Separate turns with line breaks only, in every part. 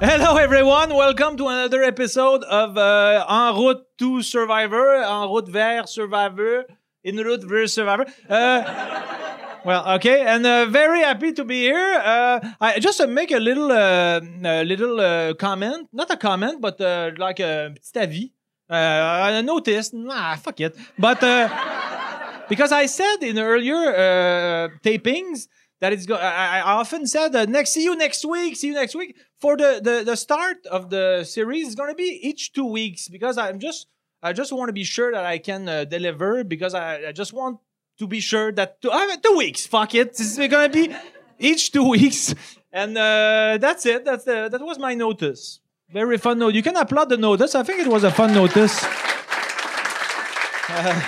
Hello everyone, welcome to another episode of uh, En route to Survivor, En route vers Survivor, In route vers Survivor. Uh, well, okay, and uh, very happy to be here. Uh, I just to make a little uh, a little uh, comment, not a comment, but uh, like a petit avis. Uh, I noticed, nah, fuck it, but uh, because I said in earlier uh, tapings that it's go- I, I often said uh, next see you next week, see you next week for the the, the start of the series is going to be each two weeks because I'm just I just want to be sure that I can uh, deliver because I, I just want to be sure that two, uh, two weeks. Fuck it, this is gonna be each two weeks, and uh, that's it. That's the, that was my notice. Very fun note. You can applaud the notice. I think it was a fun notice. Uh,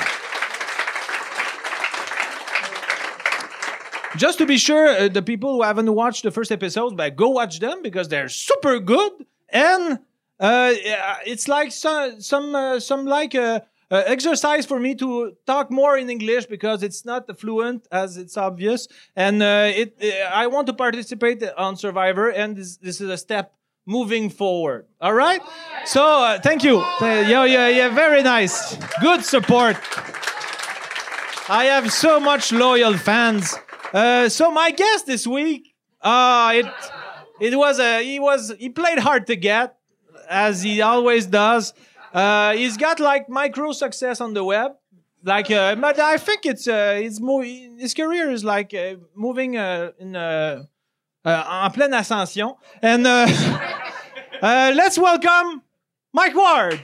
just to be sure, uh, the people who haven't watched the first episodes, but go watch them because they're super good and. Uh, yeah, it's like some some uh, some like uh, uh, exercise for me to talk more in English because it's not fluent as it's obvious, and uh, it uh, I want to participate on Survivor, and this this is a step moving forward. All right, so uh, thank you. Th- yeah, yeah, yeah. Very nice. Good support. I have so much loyal fans. Uh, so my guest this week, uh, it it was a he was he played hard to get as he always does. Uh, he's got like micro success on the web, like uh, but I think it's uh, it's mo- his career is like uh, moving uh, in uh, uh, en pleine ascension. And uh, uh, let's welcome Mike Ward.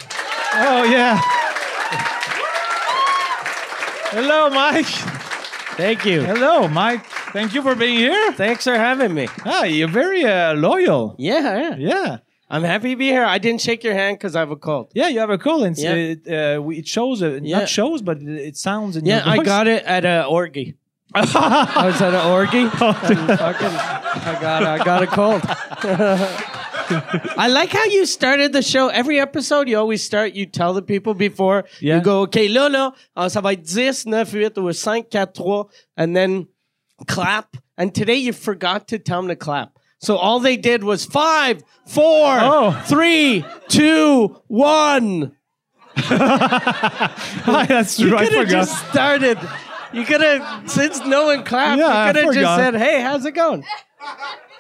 Oh yeah. Hello, Mike.
Thank you.
Hello, Mike. Thank you for being here.
Thanks for having me.
Ah, you're very uh, loyal.
Yeah, yeah.
Yeah.
I'm happy to be here. I didn't shake your hand because I have a cold.
Yeah, you have a cold. And
Yeah.
it, uh, we- it shows, uh,
Yeah.
not shows, but it it sounds in
Yeah,
your
I
voice.
got it at a orgy. I was at an orgy.
oh,
and fucking- I got I got a cold. I like how you started the show. Every episode, you always start. You tell the people before.
Yeah.
You go, okay, là, là, euh, ça va être 10, 9, 8, or 5, 4, 3, and then clap. And today you forgot to tell them to clap. So all they did was five, four,
Oh.
three, two, one.
That's
Um, You
true. I
could have
forgot.
just started. You could have, since no one clapped,
Yeah, I
you could have just
forgot.
said, "Hey, how's it going?"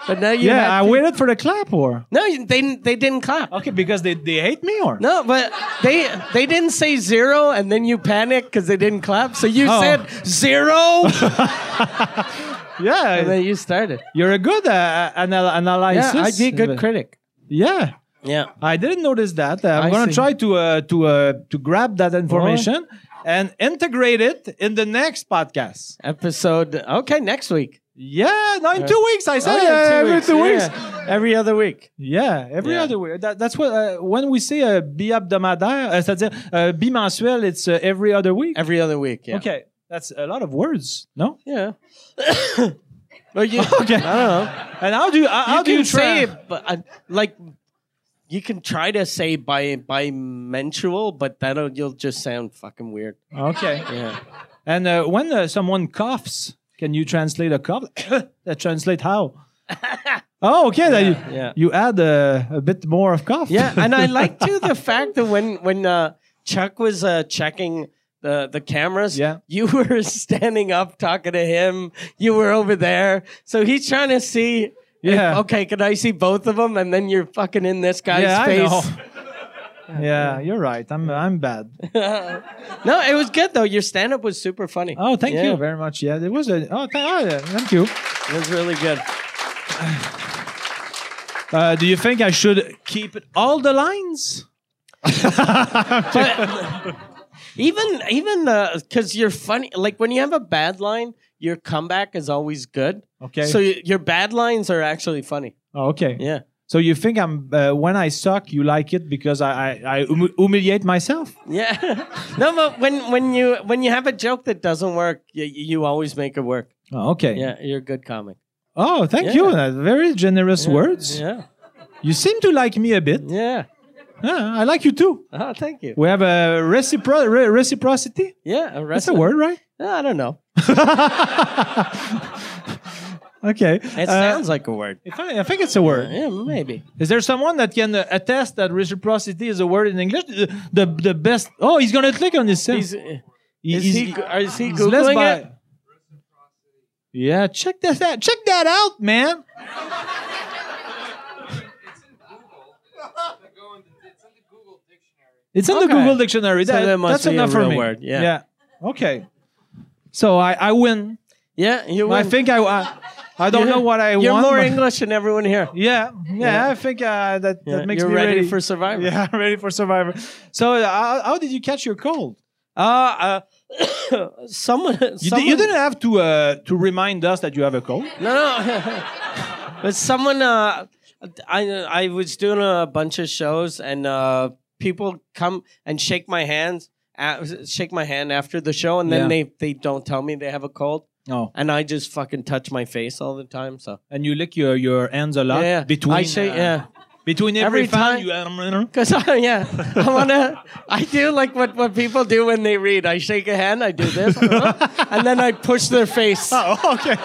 But now you.
yeah, I
have to-
waited for the clap or.
No, you- they didn't- they didn't clap.
Okay, because they, they hate me or?
No, but they they didn't say zero, and then you panicked because they didn't clap. So you
Oh.
said zero, and
Yeah,
then you started.
you're a good uh, anal-
Yeah,
analysis. Uh,
I'd be a good critic.
Yeah.
Yeah.
I didn't notice that. Uh, I'm
I
going to
see.
try to uh, to uh, to grab that information and integrate it in the next podcast.
Episode. Okay, next week.
Yeah, no, in two weeks. I said
Oh, yeah,
uh, every two weeks.
yeah. Every other week.
Yeah, every
Yeah.
other way. That, that's what uh, when we say uh, bi-hebdomadaire, uh, c'est-à-dire uh, bimensuel, it's uh, every other week.
Every other week. Yeah.
Okay, that's a lot of words, no?
Yeah. well, you,
Okay.
I don't know.
And how do you how,
you
how do
can
you try?
say it, but uh, like you can try to say bi bimensual, but that'll you'll just sound fucking weird.
Okay.
Yeah.
And uh, when uh, someone coughs, can you translate a cough? that translate how? oh, okay. that you
yeah.
you add uh, a bit more of cough.
Yeah, and I like too the fact that when when uh, Chuck was uh, checking the the cameras,
Yeah.
you were standing up talking to him. You were over there, so he's trying to see. if,
Yeah.
okay, can I see both of them? And then you're fucking in this guy's
yeah, I
face.
know. Yeah, you're right. I'm I'm bad.
No, it was good though. Your stand up was super funny.
Oh, thank
Yeah,
you very much. Yeah, it was a oh, th- oh yeah, thank you.
It was really good.
Uh, do you think I should keep it all the lines?
but even even the because you're funny like when you have a bad line your comeback is always good
Okay.
so y- your bad lines are actually funny
Oh, okay.
yeah
So you think I'm uh, when I suck, you like it because I I, I humi- humiliate myself?
yeah no but when when you when you have a joke that doesn't work you, you always make it work
Oh, okay.
yeah you're a good comic
Oh, thank
Yeah.
you. Uh, very generous words.
yeah
You seem to like me a bit.
yeah
Yeah, I like you too.
oh thank you
We have a recipro- re- reciprocity.
yeah a
That's a
wrestler.
word, right?
i don't know
Okay. Uh,
It sounds like a word.
I, I think it's a word.
Yeah, maybe.
Is there someone that can uh, attest that reciprocity is a word in English? The the, the best. Oh, he's gonna click on this. thing.
He's, uh, is
He- he's-
he, is he
he's less by-
googling it?
Yeah, check that out. Check that out, man. It's in the
Okay.
Google dictionary.
So
That,
that
that's
must be a
enough for
real
me.
word, yeah.
Okay. So I, I win.
Yeah, you.
I
win.
think I I, I don't
You're-
know what I
You're
want.
more
but-
English than everyone here.
Yeah, yeah, I think uh, that
Yeah,
that makes
you're
me
ready for Survivor.
Yeah, I'm ready for Survivor. So uh, how, how did you catch your cold?
Uh, uh someone,
You,
someone
di- you didn't have to uh, to remind us that you have a cold.
No, no. but someone, uh, I I was doing a bunch of shows, and uh, people come and shake my hands, uh, shake my hand after the show, and then
Yeah.
they they don't tell me they have a cold,
Oh,
and I just fucking touch my face all the time. So
and you lick your, your hands a lot
yeah, yeah.
between
I say
uh,
yeah.
between every,
every
fan
time-
you. Um,
Cause I, yeah, I wanna. I do like what, what people do when they read. I shake a hand. I do this, and then I push their face. uh,
oh, okay.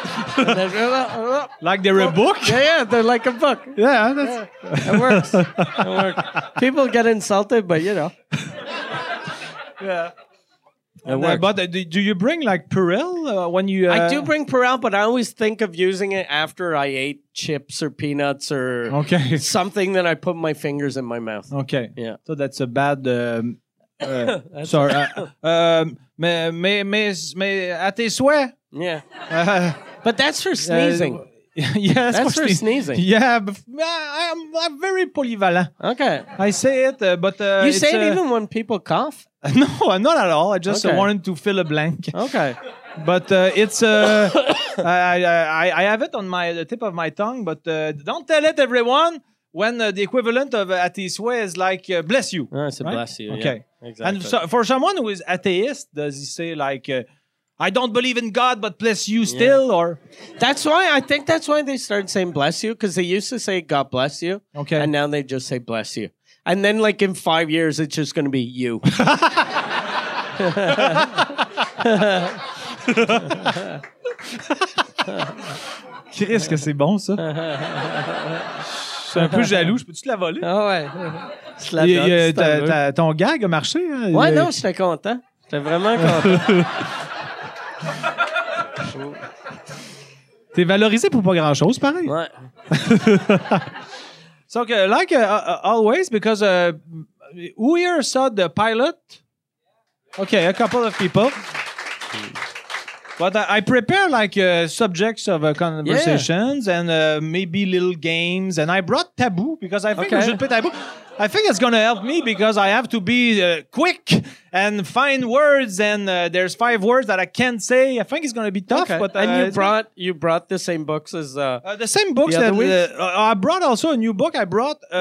And then, yeah,
like they're a book.
uh, yeah, they're like a book.
Yeah, that's
It works. It works. People get insulted, but you know.
yeah.
It
Uh,
works.
but uh, do do you bring like Purell uh, when you? Uh,
I do bring Perel, but I always think of using it after I ate chips or peanuts or
Okay.
something that I put my fingers in my mouth.
Okay.
Yeah.
So that's a bad. Um, uh, sorry. Uh, um, mais, mais, mais, mais à tes souhaits.
Yeah.
Uh,
But that's for sneezing.
yeah, that's,
That's
for
for
sne-
sneezing.
Yeah, but f- I- I'm, I'm very polyvalent.
Okay.
I say it, uh, but uh,
You
it's,
say it
uh,
even when people cough?
No, I'm not at all. I just uh,
Okay. Oh.
wanted to fill a blank.
Okay.
But uh, it's uh, I, I I- I have it on my the tip of my tongue. But uh, don't tell it everyone. When uh, the equivalent of uh, atheiswe is like uh, bless you.
Oh, it's a
Right?
bless you. yeah.
Okay.
Exactly.
And so, for someone who is atheist, does he say like, uh, "I don't believe in God, but bless you still"? Or
that's why I think that's why they started saying bless you because they used to say God bless you.
Okay.
And now they just say bless you. And then, like, in five years, it's just going to be you.
Chris, que c'est bon ça. Je suis un peu jaloux. Je peux-tu te la voler?
Ah ouais. Je la
Il- il-
donne, si
ta-
t'en veux.
ta- ton gag a marché. hein?
Ouais,
Il-
non, j'étais content. J'étais vraiment content.
T'es valorisé pour pas grand-chose, pareil.
Ouais.
So, okay, like uh, uh, always, because uh, who here saw the pilot? Okay, a couple of people. But I, I prepare like uh, subjects of uh, conversations and uh, maybe little games, and I brought taboo because I think we
Okay.
should play taboo. I think it's gonna help me because I have to be uh, quick and find words, and uh, there's five words that I can't say. I think it's gonna be tough.
Okay.
But uh,
and you
it's-
brought you brought the same books as uh
uh, the same books
The
that
other weeks?
uh, I brought also a new book. I brought uh,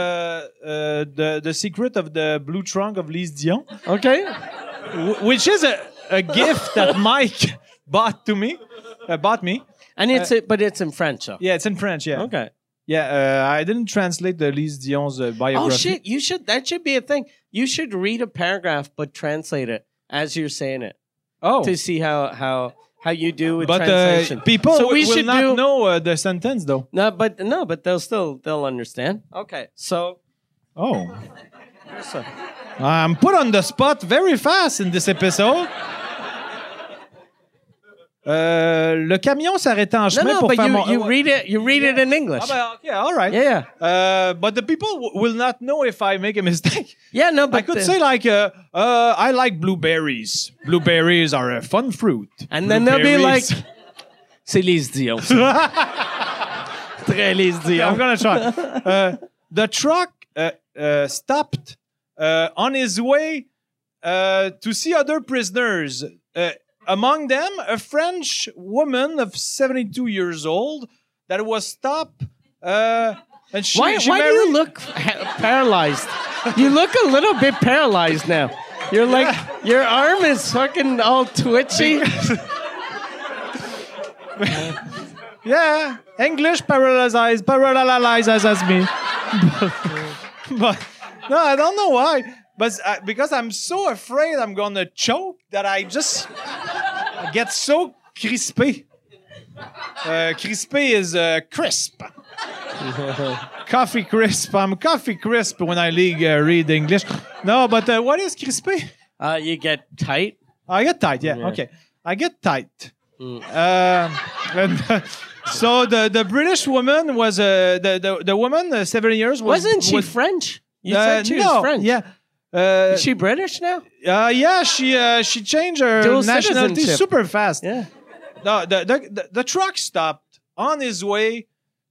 uh, the the secret of the blue trunk of Lise Dion,
Okay.
wh- which is a, a gift that Mike bought to me. Uh, bought me.
And it's it but it's in French though.
Uh, Yeah, it's in French. Yeah.
Okay.
Yeah, uh, I didn't translate the Lise Dion's uh,
Oh
biography.
shit, you should that should be a thing. You should read a paragraph but translate it as you're saying it
Oh.
to see how how how you do with
But
translation.
uh, people
so
will
we should
not
do
know uh, the sentence though.
No, but no, but they'll still they'll understand. Okay. So
Oh.
here's a-
I'm put on the spot very fast in this episode. Euh, le camion s'arrêtait en
No,
chemin
no,
pour
but
faire
you,
mon... Oh,
you read it you read it in English.
Ah ben, okay, all right.
yeah, yeah.
Uh, but the people w- will not know if I make a mistake.
Yeah, no, but
I could
the-
say like, uh, uh, I like blueberries. Blueberries are a fun fruit.
And then they'll be like,
Blueberries.
c'est Lise Dion. Très Lise
I'm
Dion.
gonna try. Uh, the truck uh, uh, stopped uh, on his way uh, to see other prisoners. Uh, among them, a French woman of 72 years old that was stopped. Uh, and she,
Why,
she
why do
married-
you look ha- paralyzed? You look a little bit paralyzed now. You're like, your arm is fucking all twitchy.
Yeah, English paralyzes paralyzes as me. but, but- no, I don't know why. But uh, because I'm so afraid I'm gonna choke that I just get so crispy. Uh, crispy is uh, crisp. coffee crisp. I'm coffee crisp when I league, uh, read English. No, but uh, what is crispy?
Uh, you get tight.
I get tight. Yeah.
Yeah.
Okay. I get tight.
Mm.
Um, and, so the, the British woman was uh, the, the the woman uh, seven years was,
Wasn't she
was-
French? You
uh,
said she
no,
was French.
Yeah. Uh,
Is she British now?
uh, yeah, she uh, she changed her
Dual
nationality
citizenship.
super fast.
Yeah.
No, the, the, the, the truck stopped on his way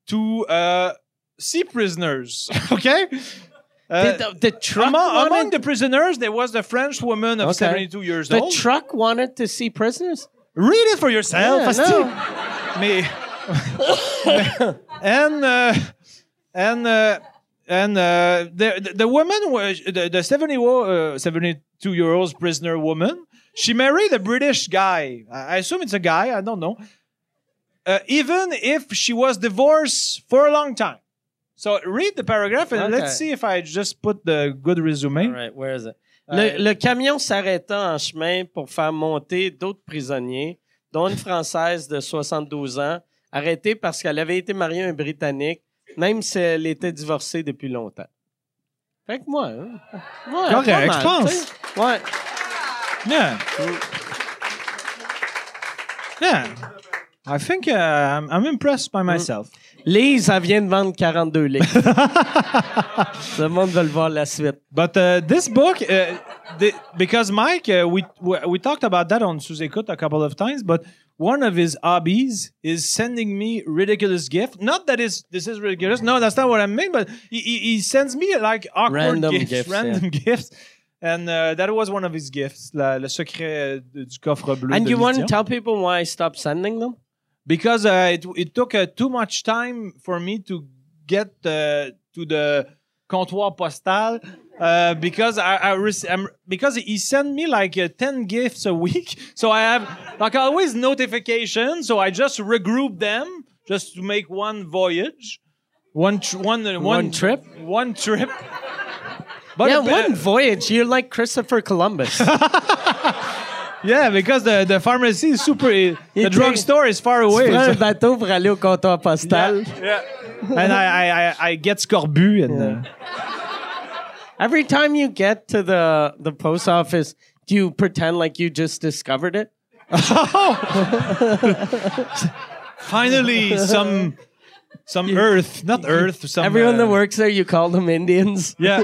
to uh, sea prisoners. Okay. Uh,
Did the, the truck
among, among
wanted,
the prisoners, there was the French woman of
Okay.
72 years
the
old.
truck wanted to see prisoners.
Read it for yourself.
Yeah,
Asti.
no.
Mais- and uh, and uh, and uh, the, the the woman was the, the 70, uh, 72 year old prisoner woman. She married a British guy. I I assume it's a guy. I don't know. Uh, even if she was divorced for a long time. So read the paragraph and let's
Okay.
see if I just put the good resume.
All right, where is it?
Euh,
Hein? Le, le camion s'arrêta en chemin pour faire monter d'autres prisonniers, dont une Française de 72 ans, arrêtée parce qu'elle avait été mariée à un Britannique, même si elle était divorcée depuis longtemps. Fait que moi, hein, moi
Correct,
pas mal,
je pense.
tu sais. Ouais.
Yeah. Yeah. I think uh, I'm, I'm impressed by
Mm.
myself.
Lise, elle vient de vendre 42 livres. Le monde veut le voir la suite.
But uh, this book, uh, the, because Mike, uh, we, we we talked about that on Suzekut a couple of times, but one of his hobbies is sending me ridiculous gifts. Not that is this is ridiculous. No, that's not what I mean. But he, he, he sends me like awkward
Random
gifts,
gifts,
random gifts, and uh, that was one of his gifts, la, le secret euh, du coffre bleu.
And
de
you want to
Lydia.
tell people why I stopped sending them?
because uh, it it took uh, too much time for me to get uh, to the comptoir postal uh, because I, I rec- I'm, because he sent me like uh, ten gifts a week, so I have like always notifications. So I just regroup them just to make one voyage, one tr- one, uh,
One trip?
one trip. But
yeah,
uh,
one voyage. You're like Christopher Columbus.
yeah, because the, the pharmacy is super. uh, the
take-
drugstore is far away.
Tu prends un
so-
bateau pour aller au comptoir postal.
and I, I, I, I get scorbu and. Uh,
Every time you get to the the post office, do you pretend like you just discovered it?
finally some some earth not earth some
Everyone
uh,
that works there, you call them Indians.
yeah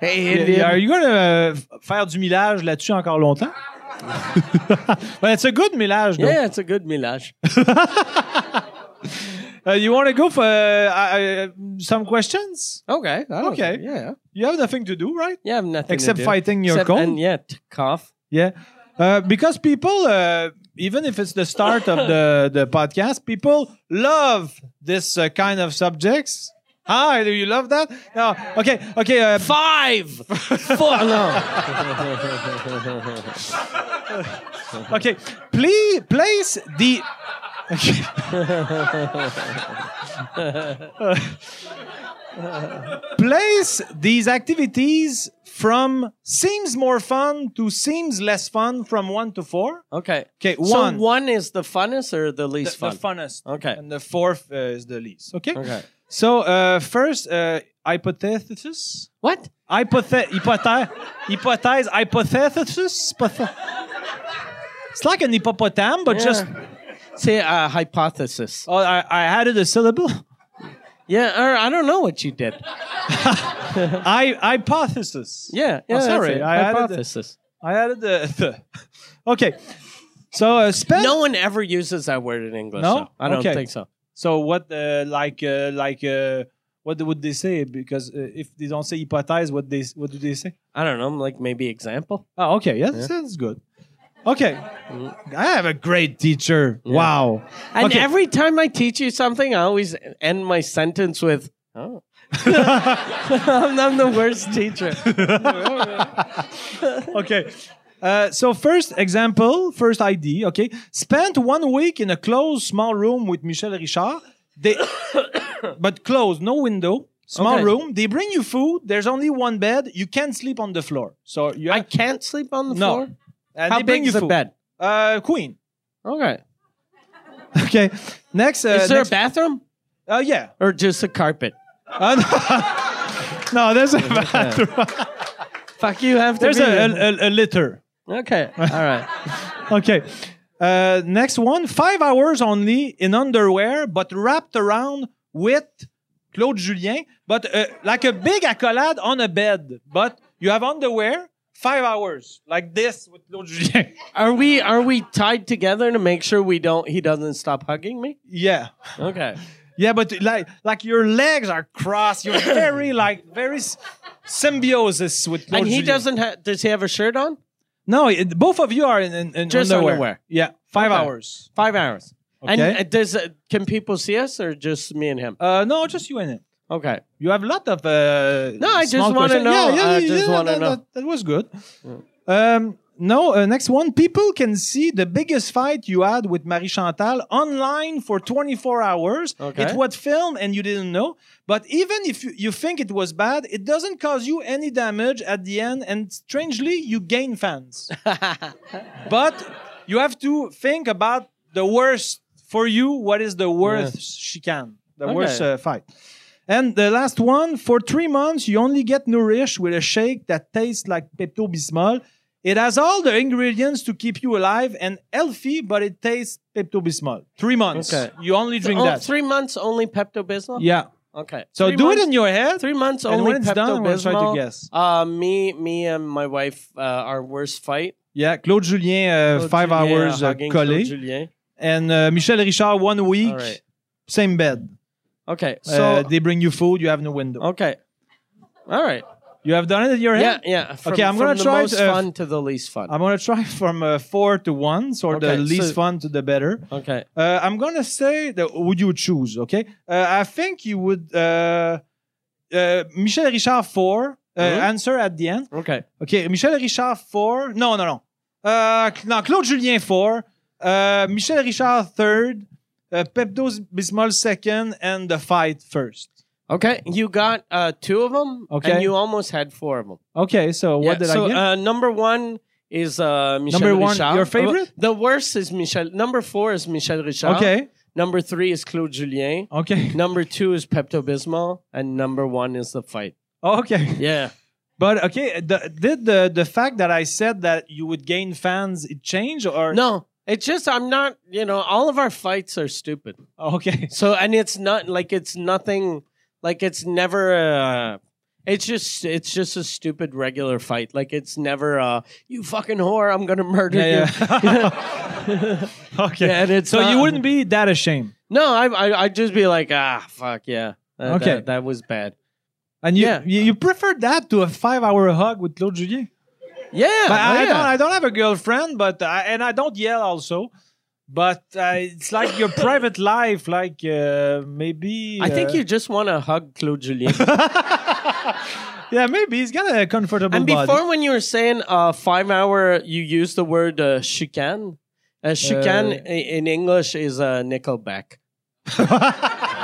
Hey,
Yeah,
Indian.
are you gonna uh, faire du millage là-dessus encore longtemps well it's a good millage though.
Yeah, it's a good millage.
Uh, you want to go for uh, uh, some questions
Okay. I don't-
Okay.
Yeah.
you have nothing to do right
Yeah, I have nothing.
Except
to do.
fighting your
Except-
cold?
And yeah, t- cough.
Yeah, uh, because people, uh, even if it's the start of the the podcast, people love this uh, kind of subjects. Hi, do you love that? No, okay, okay. Uh,
Five. Four. No.
Okay, please place the. Okay. place these activities from seems more fun to seems less fun from one to four.
Okay.
Okay,
So
one.
one is the funnest or the least fun?
funnest.
Okay.
And the fourth uh, is the least. Okay.
Okay.
So uh, first, uh, hypothesis.
What?
Hypothe- hypothe- hypothèse, hypothesis. Hypothe- it's like an hippopotame, but just
Say a hypothesis.
oh, I, I added a syllable.
Yeah, or I don't know what you did.
I hypothesis.
Yeah. yeah
Oh, sorry,
that's it.
I added the-
hypothesis.
I added the th. Okay. So uh, spell.
No one ever uses that word in English.
No?
though. I don't
Okay.
think so.
So what? Uh, like uh, like uh, what would they say? Because uh, if they don't say hypothèse, what they what do they say?
I don't know, like maybe example.
Oh, okay. Yeah, that's, that's good. Okay. I have a great teacher. Wow.
And
Okay.
every time I teach you something, I always end my sentence with, "Oh, I'm, I'm the worst teacher."
okay. Uh, so first example, first ID. Okay, spent one week in a closed small room with Michel Richard. They, but closed, no window, small
Okay.
room. They bring you food. There's only one bed. You can't sleep on the floor. So you
I
have,
can't sleep on the
No.
floor.
and
How
they bring
big
you
is the
food.
bed?
Uh, queen.
All right.
Okay. Next. Uh,
Is there
next-
a bathroom
uh, yeah.
or just a carpet?
Uh, no, no, there's a bathroom.
Fuck you have to
There's
be
a, a, a, a litter.
Okay. All right.
Okay. Uh, next one. Five hours only in underwear, but wrapped around with Claude Julien, but uh, like a big accolade on a bed. But you have underwear, five hours, like this with Claude Julien.
Are we are we tied together to make sure we don't he doesn't stop hugging me?
yeah.
Okay.
Yeah, but like like your legs are crossed. You're very like very s- symbiosis with Claude
and he
Julien.
doesn't have does he have a shirt on?
No, it, both of you are in, in, in
Just
underwear.
underwear.
Yeah, five
Okay.
hours.
5 hours. And
Okay.
uh, does uh, can people see us or just me and him?
Uh, no, just you and him.
Okay.
You have a lot of. Uh,
No, I just
small
wanna
questions.
know.
Yeah, yeah,
I
yeah,
just
yeah,
wanna
that-
know.
That, that was good. Um, no, uh, next one. People can see the biggest fight you had with Marie Chantal online for 24 hours.
Okay.
It was filmed and you didn't know. But even if you, you think it was bad, it doesn't cause you any damage at the end. And strangely, you gain fans. but you have to think about the worst for you. What is the worst chicane? The
Okay.
worst uh, fight. And the last one, for three months, you only get nourished with a shake that tastes like Pepto Bismol. It has all the ingredients to keep you alive and healthy, but it tastes Pepto Bismol. Three months.
Okay.
You only drink
Oh,
that.
3 months only Pepto Bismol?
Yeah.
Okay.
So
Three
do
months-
it in your head.
3 months
And
only
when it's
Pepto
done, we'll try to
Bismol.
guess.
Uh me me and my wife uh, our worst fight.
Yeah. Claude Julien, uh,
Claude
five
Julien,
hours uh,
hugging Claude
collé.
Julien.
and uh, Michel Richard, one week.
All right.
Same bed.
Okay. So Oh.
So they bring you food. You have no window.
okay. All right.
You have done it in your
Yeah,
head.
yeah. From,
Okay, I'm gonna
from the
try
most
to, uh,
fun to the least fun.
I'm gonna try from uh, four to one, so the
Okay,
least
so-
fun to the better.
okay.
Uh, I'm gonna say that would you choose? Okay, uh, I think you would. Uh, uh, Michel Richard four uh,
Mhm.
answer at the end.
Okay.
Okay, Michel Richard four. No, no, no. Uh, no, Claude Julien four. Uh, Michel Richard third. Uh, Pepto Bismol second, and the fight first.
Okay. You got uh, two of them.
Okay.
And you almost had four of them.
Okay, so what did
so,
I get?
Uh, number one is uh, Michel
Number one,
Richard.
your favorite?
The worst is Michel. Number four is Michel Richard.
okay,
Number three is Claude Julien.
okay,
Number two is Pepto Bismol. And number one is the fight.
okay.
Yeah.
But okay, the, did the the fact that I said that you would gain fans it change or
No. It's just I'm not, you know, all of our fights are stupid.
Okay,
So and it's not like it's nothing like it's never uh it's just it's just a stupid regular fight. Like it's never uh you fucking whore, I'm gonna murder
yeah,
you.
yeah. okay.
Yeah, and it's um,
so you
not-
wouldn't be that ashamed,
No, I I I'd just be like, ah fuck yeah. Uh,
Okay.
That, that was bad.
and you
Yeah.
you, you preferred that to a five hour hug with Claude Julien.
Yeah.
But I,
oh,
I
yeah.
don't I don't have a girlfriend, but I, and I don't yell also. But uh, it's like your private life, like uh, maybe.
I think
uh,
you just want to hug Claude Julien.
Yeah, maybe he's got a comfortable
and
body.
before, when you were saying uh, five hour, you used the word uh, chicane. Uh, chicane
Uh,
i- in English is uh, nickelback.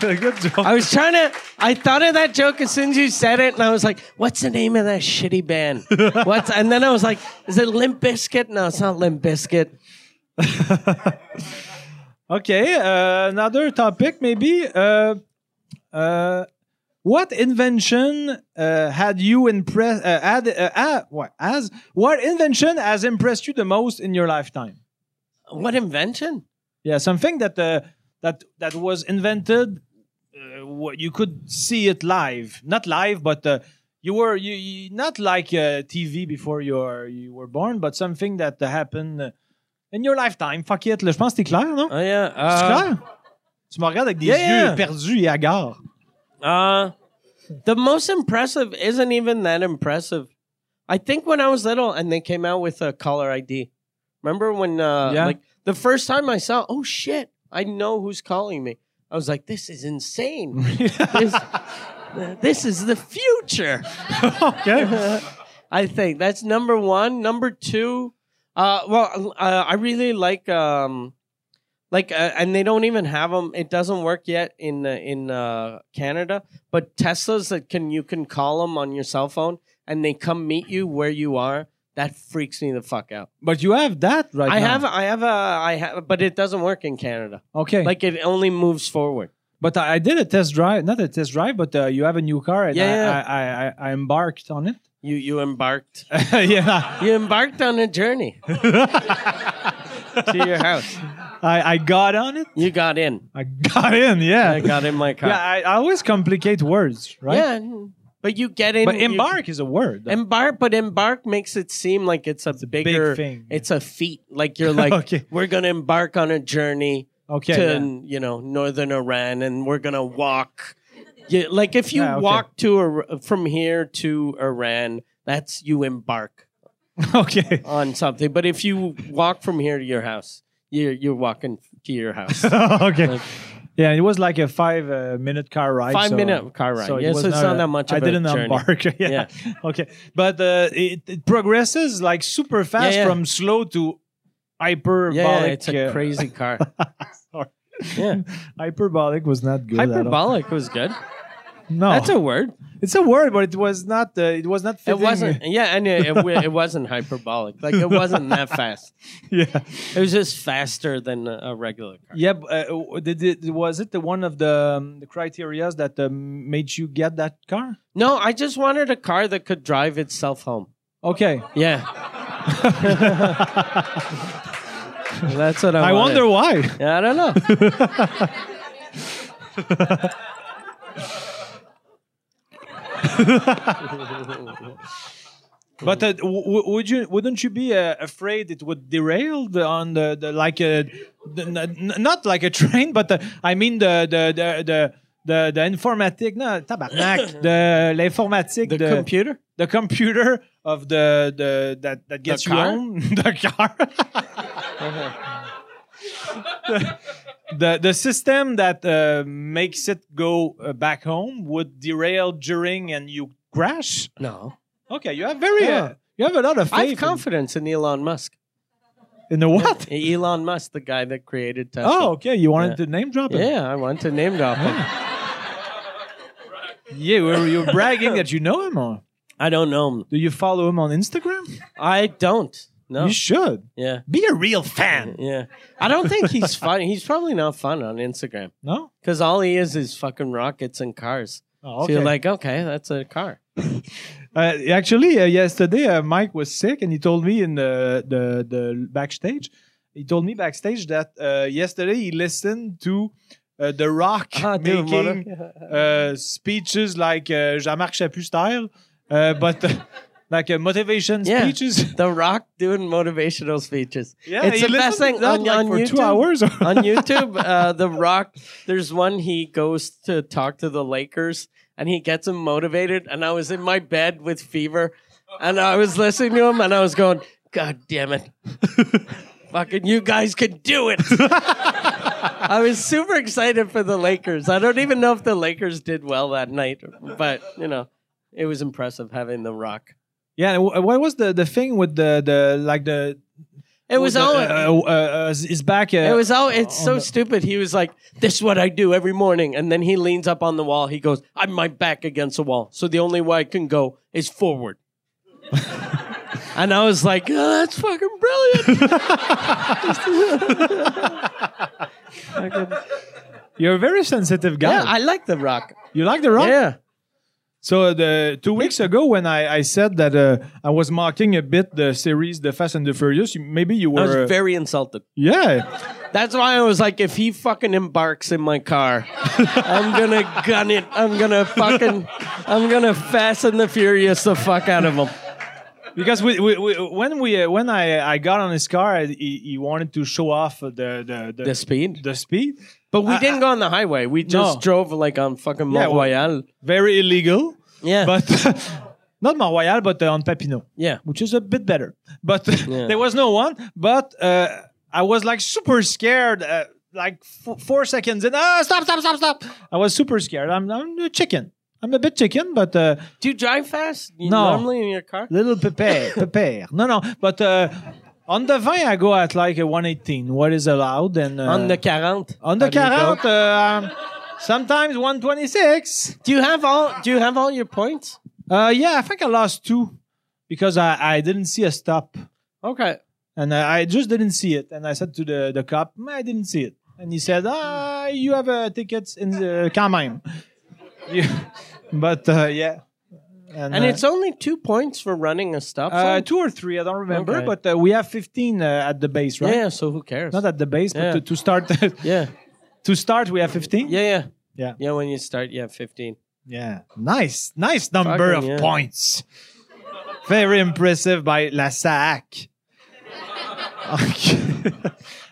Good job.
I was trying to. I thought of that joke as soon as you said it, and I was like, "What's the name of that shitty band?" What's? And then I was like, "Is it Limp Biscuit?" No, it's not Limp Biscuit.
Okay, uh, another topic maybe. Uh, uh, what invention uh, had you impressed? Uh, had, uh, uh, what as what invention has impressed you the most in your lifetime?
What invention?
Yeah, something that uh, that that was invented. Uh, wh- you could see it live, not live, but uh, you were you, you not like uh, TV before you are, you were born, but something that happened uh, in your lifetime. Fuck it, là, je pense que t'es clair, non?
Oh yeah.
C'est
Uh,
clair? Euh, Tu me regardes avec des
Yeah,
yeux
yeah.
perdus et hagards.
uh, the most impressive isn't even that impressive. I think when I was little, and they came out with a caller ID. Remember when? Uh,
Yeah.
Like the first time I saw, oh shit, I know who's calling me. I was like, this is insane. this, this is the future.
okay.
I think that's number one. Number two, uh, well, uh, I really like, um, like, uh, and they don't even have them. It doesn't work yet in uh, in uh, Canada, but Teslas that can you can call them on your cell phone, and they come meet you where you are. That freaks me the fuck out.
But you have that right
I
now.
have, I have a, I have, but it doesn't work in Canada.
Okay.
Like it only moves forward.
but I, I did a test drive, not a test drive, but uh, you have a new car and
Yeah,
I,
yeah.
I, I, I embarked on it.
You, you embarked,
yeah.
you embarked on a journey to your house.
I, I got on it.
You got in.
I got in, yeah.
I got in my car.
Yeah, I, I always complicate words, right?
Yeah, mm. but you get in.
But
you-
embark is a word.
embark, but embark makes it seem like it's a
big
bigger
thing.
It's a feat. Like you're like,
Okay.
we're gonna embark on a journey
okay.
to
yeah.
you know northern Iran, and we're gonna walk. Yeah, like if you
Yeah, okay.
walk to Ir- from here to Iran, that's you embark
Okay.
on something. But if you walk from here to your house, you're you're walking to your house.
okay.
Like-
yeah, it was like a five uh, minute car ride.
Five
so-
minute car ride.
it
yeah,
was
so it's not
a-
that much.
I
of a
didn't
journey.
embark. yeah.
Yeah.
Okay. But uh, it, it progresses like super fast
yeah.
from slow to hyperbolic.
Yeah, yeah, it's a
uh,
crazy car.
Sorry.
yeah,
hyperbolic was not good. at all.
hyperbolic was good.
No,
That's a word.
it's a word, but it was not. Uh, it was not.
It
Fitting.
wasn't. Yeah, and it, it, wa- it wasn't hyperbolic. Like it wasn't that fast.
yeah.
It was just faster than a a regular car.
Yeah. but, Uh, w- did it, was it the one of the um, the criterias that uh, made you get that car?
No, I just wanted a car that could drive itself home.
Okay.
Yeah,
I,
that's what I. wanted.
wonder why.
Yeah, I don't know.
But uh, w- w- would you wouldn't you be uh, afraid it would derail the, on the, the like a the, n- n- not like a train, but uh, I mean the the the. the the, the informatique, no, tabarnak, the l'informatique,
The, computer.
the computer of the the that that gets you
car?
home the car
Uh-huh.
the the system that uh, makes it go uh, back home would derail during and you crash
No,
okay you have very uh,
Yeah.
you have a lot of
I
faith
have confidence in Elon Musk.
in, in the what
Elon Musk, the guy that created Tesla.
oh okay you wanted
Yeah.
to name drop it
yeah, I want to name drop him.
yeah you're, you're bragging that you know him or
I don't know him.
do you follow him on instagram
I don't. No.
you should
Yeah.
be a real fan
Yeah. I don't think he's funny. He's probably not fun on Instagram
no
because all he is is fucking rockets and cars.
oh,
So you're like, okay, that's a car.
Uh, actually, uh, yesterday uh, Mike was sick, and he told me in the the, the backstage. He told me backstage that uh, yesterday he listened to uh, The Rock
Ah,
making uh, speeches like uh, Jean-Marc Chaput style, uh, but uh, like uh, motivation
Yeah.
speeches.
the Rock doing motivational speeches.
Yeah,
It's
he
the best
listened to
thing
that,
on-
like,
on
for two
YouTube.
hours.
on YouTube, uh, The Rock, there's one he goes to talk to the Lakers and he gets him motivated. And I was in my bed with fever and I was listening to him and I was going, God damn it. Fucking you guys can do it. I was super excited for the Lakers. I don't even know if the Lakers did well that night, but you know, it was impressive having The Rock.
yeah, and wh- what was the, the thing with the, the like the
It was
the,
all.
uh, uh, uh, his back? Uh,
It was all. It's
on
so
the-
stupid. He was like, "This is what I do every morning," and then he leans up on the wall. He goes, "I'm my back against the wall, so the only way I can go is forward." and I was like, oh, "That's fucking brilliant."
You're a very sensitive guy.
yeah, I like The Rock.
you like The Rock?
Yeah,
So uh, the two weeks ago, when I, I said that uh, I was mocking a bit the series The Fast and the Furious, you- maybe you
I was
were. uh,
very insulted.
yeah,
That's why I was like, if he fucking embarks in my car, I'm gonna gun it. I'm gonna fucking, I'm gonna fasten the furious the fuck out of him.
because we, we, we when we uh, when I, I got on his car, I- he, he wanted to show off the the the,
The speed.
the speed,
But we didn't go on the highway. We just
No.
drove like on fucking Mont
Yeah, well-
Royal.
very illegal,
Yeah.
but not Mont Royal, but uh, on Papineau.
yeah.
which is a bit better. But
Yeah.
there was no one. But uh, I was like super scared. Uh, like f- four seconds in, ah, stop, stop, stop, stop. I was super scared. I'm, I'm a chicken. I'm a bit chicken, but uh,
Do you drive fast? You
No.
Normally in your car?
little pépère, pépère. No, no. But uh, on the vine, I go at like a 118. What is allowed? And uh,
on the 40.
on the
How do you go?
40, uh, um, sometimes 126.
Do you have all do you have all your points?
Uh, yeah, I think I lost two because I, I didn't see a stop.
Okay.
And I, I just didn't see it. And I said to the, the cop, "Mm, I didn't see it. And he said, ah, you have uh, tickets in the quand même. You- but uh, yeah.
And
uh,
it's only two points for running a stop
uh,
sign.
two or three, I don't remember.
Okay.
But uh, we have 15 uh, at the base, right?
Yeah, so who cares?
Not at the base,
Yeah.
but to, to start, to
yeah.
start we have 15.
Yeah, yeah.
Yeah.
Yeah, when you start, you have 15.
Yeah. Nice. Nice number
Fucking
of
yeah.
points. Very impressive by La Sac. okay.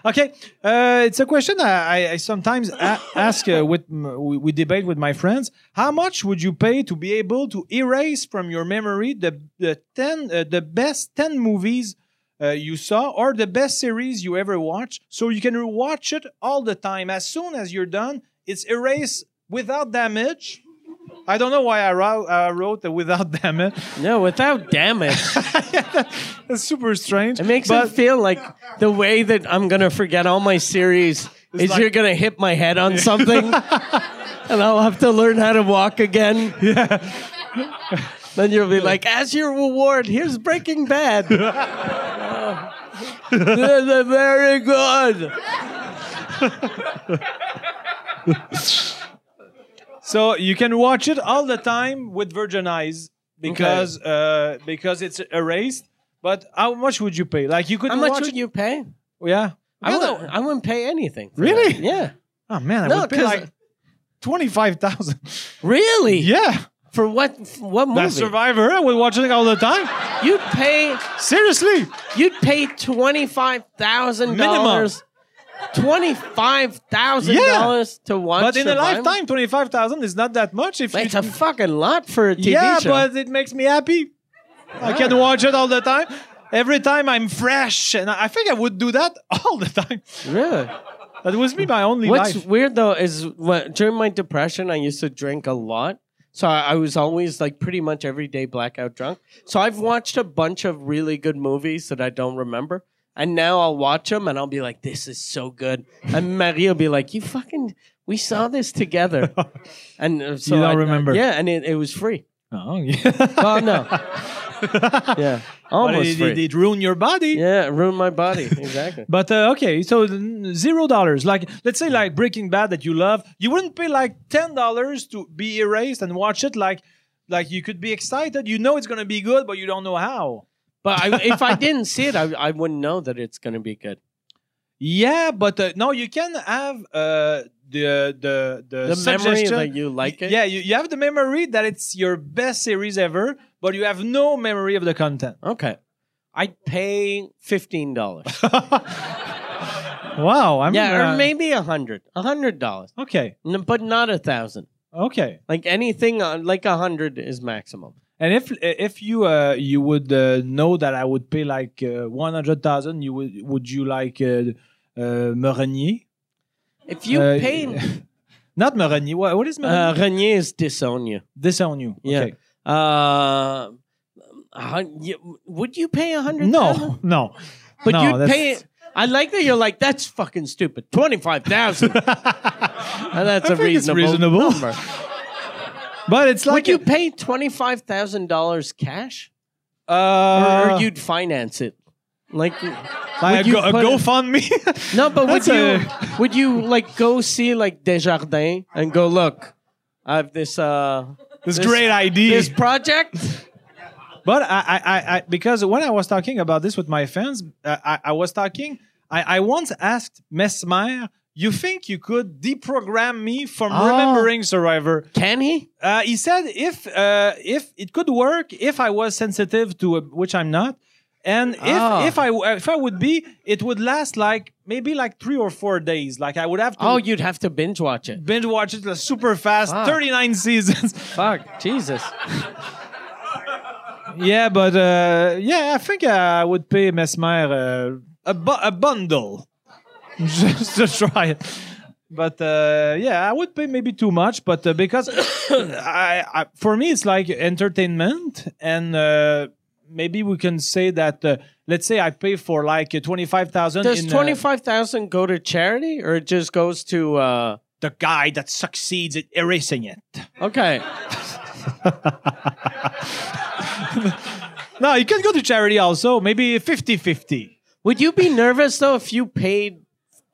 Okay, Uh, it's a question I, I, I sometimes a- ask uh, with m- we, we debate with my friends. How much would you pay to be able to erase from your memory the the ten uh, the best ten movies uh, you saw or the best series you ever watched, so you can rewatch it all the time. As soon as you're done, it's erased without damage. I don't know why I wrote, I wrote the without damage.
No, without damage.
That's super strange.
It makes
but
it feel like the way that I'm gonna forget all my series is
like-
you're gonna hit my head on something, and I'll have to learn how to walk again. Yeah. then you'll be like, as your reward, here's Breaking Bad. Oh. This is very good.
So you can watch it all the time with Virgin Eyes because uh, because it's erased. But how much would you pay? Like you could
How much
watch
would
it.
you pay?
yeah.
I
Yeah,
wouldn't.
that-
I wouldn't pay anything. for
Really?
that. Yeah.
Oh man, I
No,
would pay
'cause-
like twenty five thousand.
Really?
yeah,
For what? What movie?
that Survivor. I would watch it all the time.
You'd pay.
Seriously,
You'd pay twenty five thousand
Minimum.
dollars. Twenty five thousand dollars to watch.
but in a
Survivor?
lifetime, twenty five thousand is not that much. If
that's
you,
a fucking lot for a TV
yeah,
show.
but it makes me happy. I can watch it all the time. Every time I'm fresh, and I I think I would do that all the time.
really,
That was me, my only
what's
life.
weird though is when, during my depression, I used to drink a lot. So I, I was always like pretty much every day blackout drunk. So I've watched a bunch of really good movies that I don't remember. And now I'll watch them and I'll be like, this is so good. And Marie will be like, you fucking, we saw this together. And uh, so
You don't
I- I-
remember.
yeah, and it, it was free.
Oh yeah.
Oh no. yeah.
But
Almost
it,
free.
it, it ruined your body.
yeah, it ruined my body. Exactly.
But uh, okay, so mm, zero dollars. Like let's say like Breaking Bad that you love, you wouldn't pay like ten dollars to be erased and watch it. Like like you could be excited. You know it's gonna be good, but you don't know how.
But I, if I didn't see it, I, I wouldn't know that it's going to be good.
Yeah, but uh, no, you can have uh, the the the,
The memory
suggestion.
that you like it.
Yeah, you, you have the memory that it's your best series ever, but you have no memory of the content.
Okay. I'd pay fifteen dollars.
Wow, I'm
yeah,
uh,
or maybe a hundred. A hundred dollars,
okay,
N- but not a thousand.
okay.
Like anything, on, like a hundred is maximum.
And if if you uh, you would uh, know that I would pay like uh, one hundred thousand, you would would you like uh, uh, Meunier?
If you
Uh,
pay,
not Meunier. What, what is
uh,
Meunier?
Renier is disown you.
this on you.
yeah.
Okay.
Uh, a hun- you- would you pay a hundred?
No, no.
But
No,
you'd
that's-
pay it. I like that you're like, that's fucking stupid. 25,000. And that's
I
a
think it's
reasonable,
reasonable.
number.
But it's like
Would you pay $25,000 cash?
uh,
or you'd finance it? Like,
like
would you
a, go,
put it-
GoFundMe.
no, but would
That's
you,
a-
would you like go see like Desjardins and go, look, I have this, uh,
this,
This-
great idea.
this project?
But I, I, I, I, because when I was talking about this with my fans, uh, I, I was talking. I, I once asked Mesmer, "You think you could deprogram me from
Ah.
remembering Survivor?"
Can he?
Uh, he said, "If, uh, if it could work, if I was sensitive to a, which I'm not, and if
Ah.
if I uh, if I would be, it would last like maybe like three or four days. Like I would have to
Oh, you'd have to binge watch it.
binge watch it like, super fast,
Fuck.
39 seasons."
Fuck, Jesus.
Yeah, but uh, yeah, I think I would pay Mesmer uh, a, bu- a bundle just to try it. But uh, yeah, I would pay maybe too much, but uh, because I, I, for me it's like entertainment, and uh, maybe we can say that uh, let's say I pay for like twenty five thousand.
Does
in, uh,
twenty five thousand go to charity or it just goes to uh
the guy that succeeds at erasing it?
Okay.
No, you can go to charity also. Maybe 50-50.
Would you be nervous though if you paid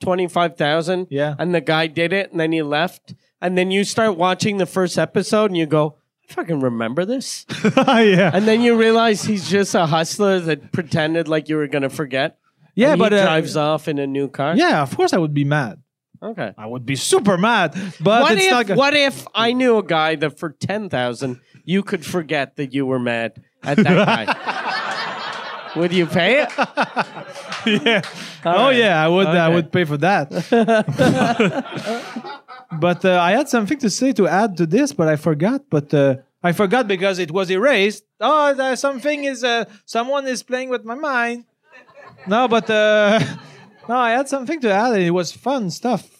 twenty five thousand?
Yeah.
And the guy did it, and then he left, and then you start watching the first episode, and you go, "I fucking remember this,"
yeah.
and then you realize he's just a hustler that pretended like you were gonna forget.
yeah,
and
but
he
uh,
drives off in a new car.
Yeah, of course I would be mad.
Okay.
I would be super mad. But
what
it's
if
not. go-
what if I knew a guy that for ten thousand you could forget that you were mad at that guy? Would you pay it?
yeah. Oh
right.
yeah, I would. I
Okay.
would pay for that. but uh, I had something to say to add to this, but I forgot. But uh, I forgot because it was erased. Oh, there- something is. Uh, someone is playing with my mind. No, but uh, no, I had something to add. and It was fun stuff.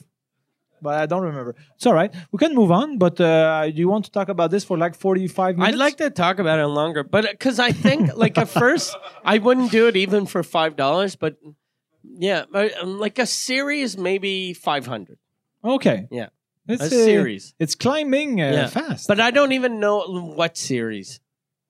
But I don't remember. It's all right. We can move on. But uh, you want to talk about this for like forty-five minutes?
I'd like to talk about it longer, but because I think like at first I wouldn't do it even for five dollars, but yeah, but, um, like a series maybe five hundred.
Okay.
Yeah.
It's
A series.
It's climbing uh,
Yeah.
fast,
But I don't even know what series.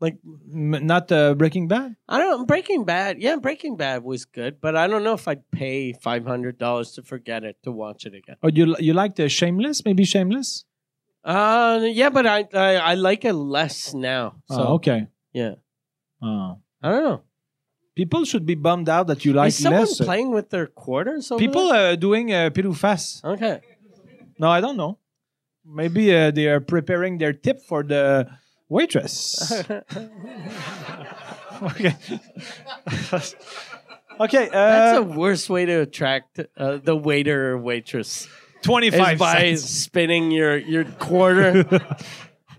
M- not uh, Breaking Bad.
I don't Breaking Bad. Yeah, Breaking Bad was good, but I don't know if I'd pay five hundred dollars to forget it to watch it again.
Oh, you you liked uh, Shameless? Maybe Shameless.
Uh, yeah, but I I, I like it less now. So
oh, okay.
yeah,
Oh.
I don't know.
People should be bummed out that you like
Is someone
less.
playing with their quarters? Over
People
there?
are doing uh, piloufas.
okay.
No, I don't know. Maybe uh, they are preparing their tip for the waitress. okay. okay.
That's the
Uh,
worst way to attract uh, the waiter or waitress is
twenty-five
by
cents.
spinning your your quarter.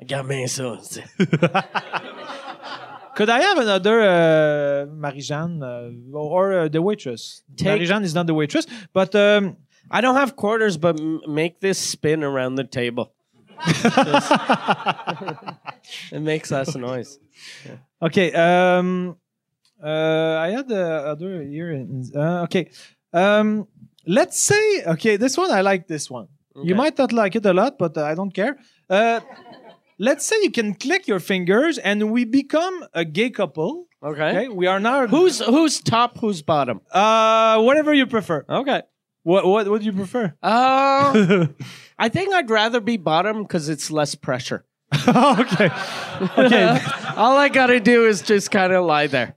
I got me so.
Could I have another uh, Marie-Jeanne uh, or uh, the waitress?
Take-
Marie-Jeanne is not the waitress, but um,
I don't have quarters, but m- make this spin around the table. Just- it makes less noise.
Okay. Um, uh, I had the other year. In, uh, okay. Um, let's say. Okay, this one I like. This one.
Okay.
You might not like it a lot, but uh, I don't care. Uh, let's say you can click your fingers, and we become a gay couple.
Okay.
Okay, we are now
Who's who's top? Who's bottom?
uh whatever you prefer.
Okay.
What what what do you prefer?
Uh, I think I'd rather be bottom because it's less pressure.
okay, okay,
All I gotta do is just kind of lie there.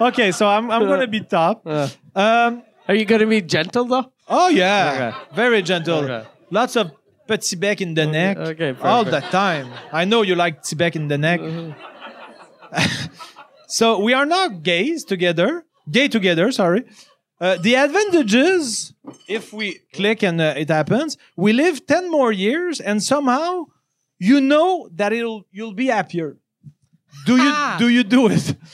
okay. So I'm I'm gonna be top.
Uh,
Um.
are you gonna be gentle though?
Oh yeah, very gentle.
Okay.
Lots of petit bec in the neck
okay, perfect. Mm-hmm.
all the time. I know you like petit bec in the neck. so we are now gays together, gay together. Sorry. Uh, the advantages, if we click and uh, it happens, we live ten more years, and somehow you know that it'll you'll be happier. Do you
Ah.
do you do it?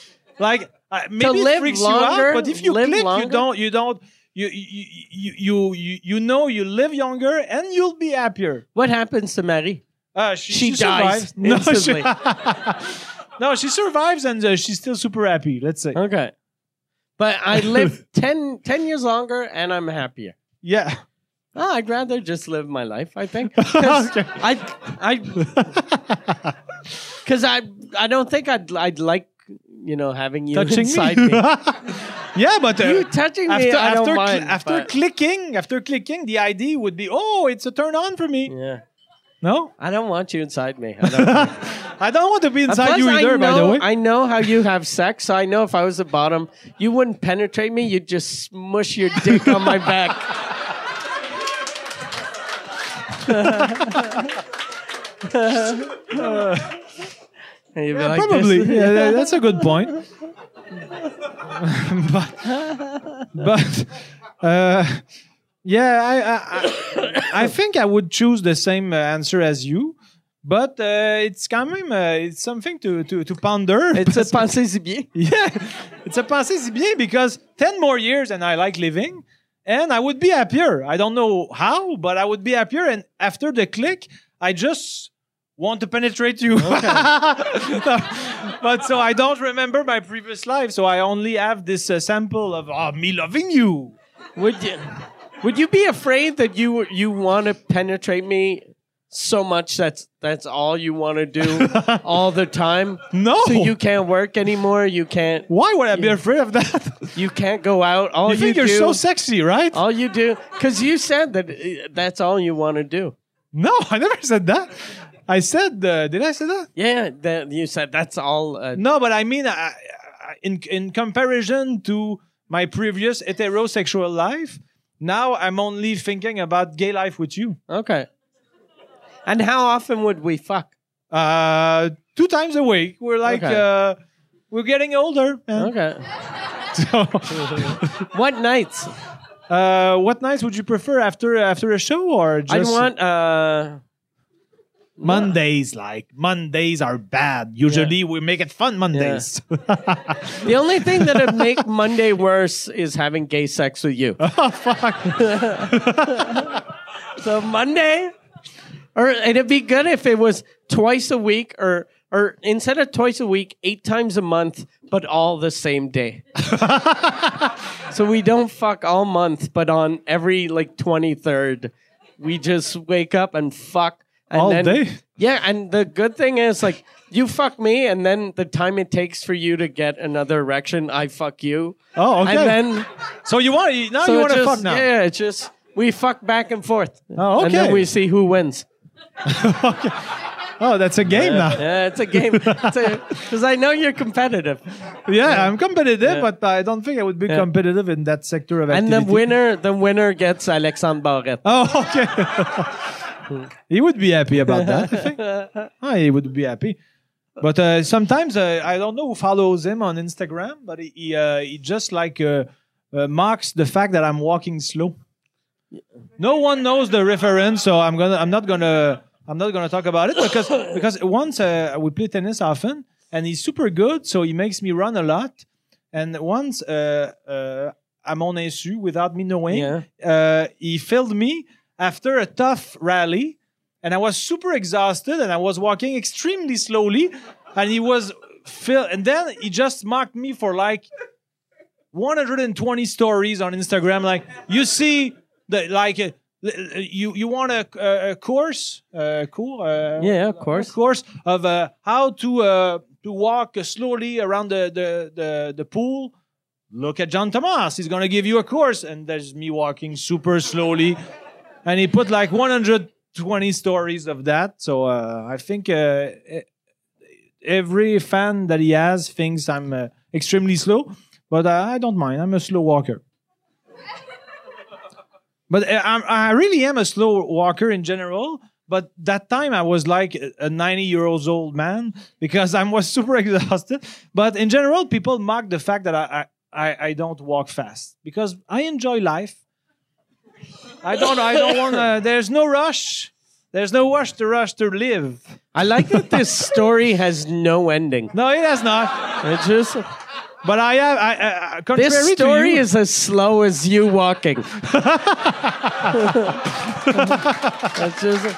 Like uh, maybe it
live
freaks you
longer,
out, but if you
live
click, you
longer?
don't don't- you don't you you you you you, you know you live younger and you'll be happier.
What happens to Marie?
Uh, she,
She
survives.
dies
No, she-
instantly.
no, she survives and uh, she's still super happy. Let's say,
Okay. But I live 10, 10 years longer and I'm happier.
yeah.
Oh, I'd rather just live my life, I think. 'Cause
Okay.
I I cuz I I don't think I'd I'd like, you know, having you
Touching
inside
me,
me.
yeah, but uh,
You touching me,
after
I don't
after,
mind.
cl- after
but-
clicking after clicking, the ID would be oh, it's a turn on for me.
yeah.
No,
I don't want you inside me. I don't
I don't want to be inside
Plus,
you either.
I know,
by the way,
I know how you have sex, so I know if I was at bottom, you wouldn't penetrate me. You'd just smush your dick on my back. And you'd be like this.
probably. yeah, tha- that's a good point. but but uh, yeah, I, I I I think I would choose the same uh, answer as you. But uh, it's kind of uh, it's something to to, to ponder.
It's a pensée si bien.
yeah, it's a passé si bien because ten more years and I like living, and I would be happier. I don't know how, but I would be happier. And after the click, I just want to penetrate you. but so I don't remember my previous life, so I only have this uh, sample of oh, me loving you.
Would you, would you be afraid that you you want to penetrate me so much that's that's all you want to do all the time.
No.
so you can't work anymore. You can't
Why would I be afraid of that?
you can't go out. All
you
you,
think you're
do, Oh.
so sexy, right?
all you do, because you said that uh, that's all you want to do.
no, I never said that. I said, uh, did I say that?
Yeah, that you said that's all. Uh,
No, but I mean, I, I, in in comparison to my previous heterosexual life, now I'm only thinking about gay life with you.
okay. And how often would we fuck?
Uh, two times a week. We're like,
Okay.
uh, we're getting older. man.
Okay.
So,
What nights?
uh, what nights would you prefer after after a show or
I'd
just
want. Uh,
Mondays? Like Mondays are bad. Usually we make it fun Mondays.
the only thing that would make Monday worse is having gay sex with you.
oh fuck!
So Monday, or and it'd be good if it was twice a week, or or instead of twice a week, eight times a month, but all the same day. so we don't fuck all month, but on every like twenty third, we just wake up and fuck. And
All
then,
day?
Yeah, and the good thing is like you fuck me, and then the time it takes for you to get another erection, I fuck you.
Oh, okay.
And then
So you want now
so
you
it
want to
just-
fuck now?
Yeah, it's just we fuck back and forth.
Oh,
And then
okay.
we see who wins.
Oh, that's a game now.
Yeah, it's a game. Because I know you're competitive.
Yeah, I'm competitive,
Yeah.
but I don't think I would be competitive in that sector of
And uh,
activity.
the winner, the winner gets Alexandre Barrette.
Oh, okay. he would be happy about that. I think. Ah, he would be happy. But uh, sometimes uh, I don't know who follows him on Instagram, but he he, uh, he just like uh, uh, marks the fact that I'm walking slow. No one knows the reference, so I'm gonna I'm not gonna I'm not gonna talk about it because because once uh, we play tennis often and he's super good, so he makes me run a lot. And once uh, uh, I'm on SU without me knowing,
Yeah.
uh, he filled me after a tough rally and I was super exhausted and I was walking extremely slowly and he was fill and then he just mocked me for like 120 stories on Instagram like you see the like uh, l- l- you you want a, a, a course uh cool uh,
Yeah, of course.
of course of uh, how to uh, to walk slowly around the the the, the pool look at John Thomas. He's going to give you a course. And there's me walking super slowly. And he put like 120 stories of that. So uh, I think uh, e- every fan that he has thinks I'm uh, extremely slow, but uh, I don't mind. I'm a slow walker. But uh, I'm, I really am a slow walker in general. But that time I was like a- a 90 years old man because I was super exhausted. But in general, people mock the fact that I, I, I, I don't walk fast because I enjoy life. I don't I don't want to. There's no rush. There's no rush to rush to live.
I like that this story has no ending.
No, it has not.
It's just
But I have. I, I, I- contrary
this story
to you,
is as slow as you walking. That's just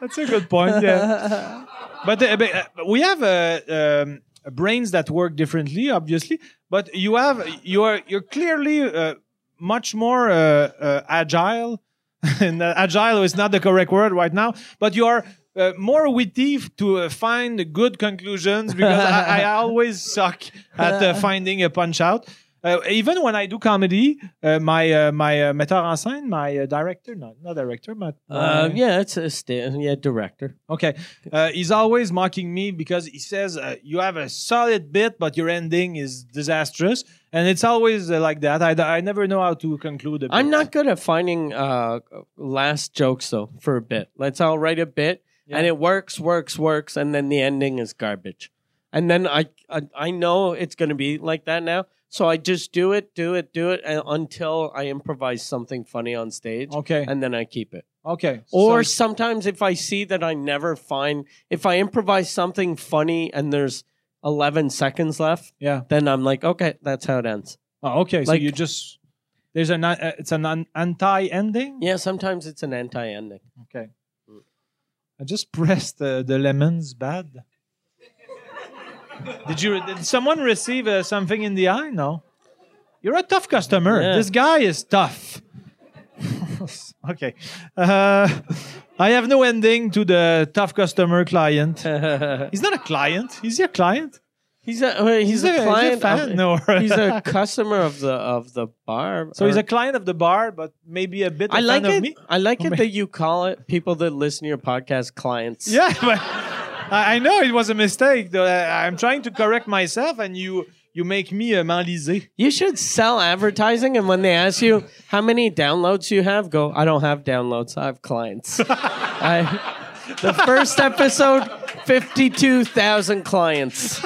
That's a good point. Yeah. but, uh, but, uh, we have uh, um, brains that work differently, obviously. But you have you are you're clearly uh, much more uh, uh, agile. and uh, agile is not the correct word right now. But you are. Uh, more witty to uh, find good conclusions because I, I always suck at uh, finding a punch out. Uh, even when I do comedy, uh, my uh, my uh, metteur en scène, my uh, director, not not director, but
uh,
my-
yeah, it's a stand, yeah director.
Okay. Uh, he's always mocking me because he says uh, you have a solid bit, but your ending is disastrous. And it's always uh, like that. I, I never know how to conclude a bit.
I'm not good at finding uh, last jokes though for a bit. Let's all write a bit, and it works, works, works, and then the ending is garbage. And then I I, I know it's going to be like that now, so I just do it, do it, do it and, until I improvise something funny on stage,
Okay.
and then I keep it.
okay.
Or
So-
sometimes if I see that I never find if I improvise something funny and there's 11 seconds left,
yeah.
then I'm like, okay, that's how it ends.
Oh, okay. so
Like-
you just there's an uh, it's an un- anti-ending.
Yeah, sometimes it's an anti-ending.
Okay.
Mm.
I just pressed uh, the lemons bad. did you did someone receive uh, something in the eye? No. You're a tough customer.
Yeah.
This guy is tough. Okay. Uh, I have no ending to the tough customer client. he's not a client. Is he a client?
He's a uh, he's, a,
a- he's a
client. of,
fan or-
he's a customer of the of the bar.
So he's
or-
a client of the bar, but maybe a bit a
Uh, I like
fan
it.
of me. Oh,
I like
Or
it
me-
that you call it people that listen to your podcast clients.
Yeah, but I, I know it was a mistake. though. I, I'm trying to correct myself, and you you make me a m'enliser.
You should sell advertising, and when they ask you how many downloads you have, go, I don't have downloads, I have clients. I, the first episode, 52,000 clients.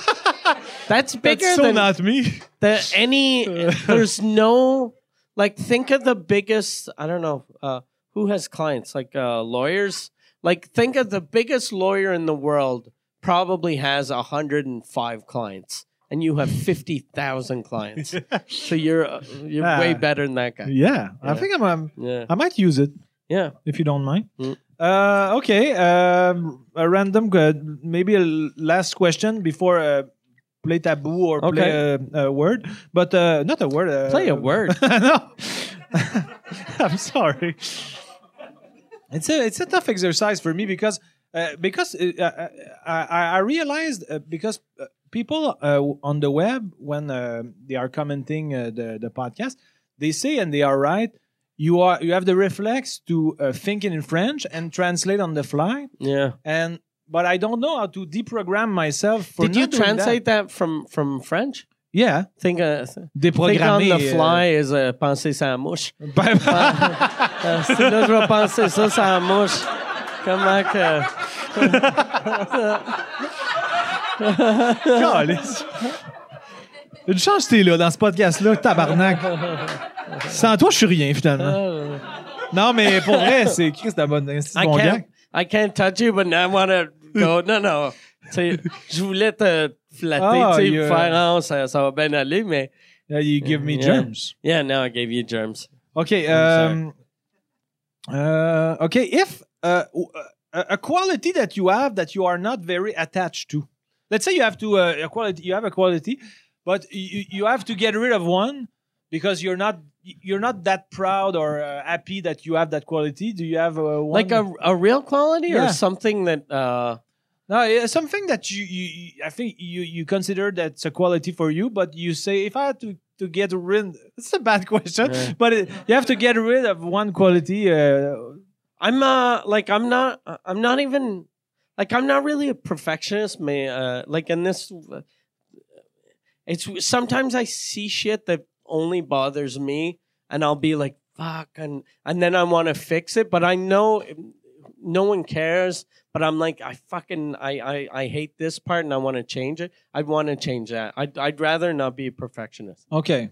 That's bigger
That's so
than,
not me.
than any. There's no, like, think of the biggest, I don't know, uh, who has clients? Like uh, lawyers? Like, think of the biggest lawyer in the world probably has 105 clients. And you have fifty thousand clients. So you're uh, you're
Ah.
way better than that guy.
yeah, I
Yeah.
think I'm, I'm.
Yeah,
I might use it.
yeah.
if you don't mind.
Mm.
Uh, okay, um, a random, uh, maybe a l- last question before uh, play taboo or play
Okay.
a, a word, but uh, not a word. Uh,
Play a word.
no, I'm sorry. It's a it's a tough exercise for me because uh, because uh, uh, I, I I realized uh, because uh, people uh, on the web when uh, they are commenting uh, the the podcast they say and they are right you are you have the reflex to uh, think in French and translate on the fly
Yeah.
and but I don't know how to deprogram myself for
Did you
not doing that.
translate that. from from French?
yeah
Think, uh, th- think on
déprogrammer
the
uh,
fly is uh, penser sa mouche.
by-
Euh, si là, je vais penser ça sa mouche. Comment que.
Calice. Une chance que t'es là dans ce podcast-là, tabarnak. Sans toi, je suis rien finalement.
Euh,
Non, mais pour vrai, c'est Chris la bonne c'est
I
bon gars.
can't, I can't touch you, but now I want to go. Non, non. Tu sais, je voulais te flatter,
Ah,
tu sais,
yeah.
faire, Ah, ça, ça va bien aller, mais.
Yeah, You give me
Yeah.
germs.
Yeah, now I gave you germs.
Okay. Um,
I'm
uh, okay. If uh, w- uh, a a quality that you have that you are not very attached to, let's say you have to uh, a quality, you have a quality, but you, you have to get rid of one because you're not you're not that proud or uh, happy that you have that quality. Do you have uh, one?
Like a, a real quality
Yeah.
or something that. Uh,
No, yeah, something that you, you, you- I think you, you consider that's a quality for you, but you say if I had to, to get rid, it's a bad question,
Yeah.
but it, you have to get rid of one quality. Uh,
I'm uh like I'm not I'm not even like I'm not really a perfectionist man uh like in this it's sometimes I see shit that only bothers me and I'll be like fuck and and then I want to fix it but I know no one cares but I'm like I fucking I I, I hate this part and I want to change it I want to change that I'd, I'd rather not be a perfectionist
okay,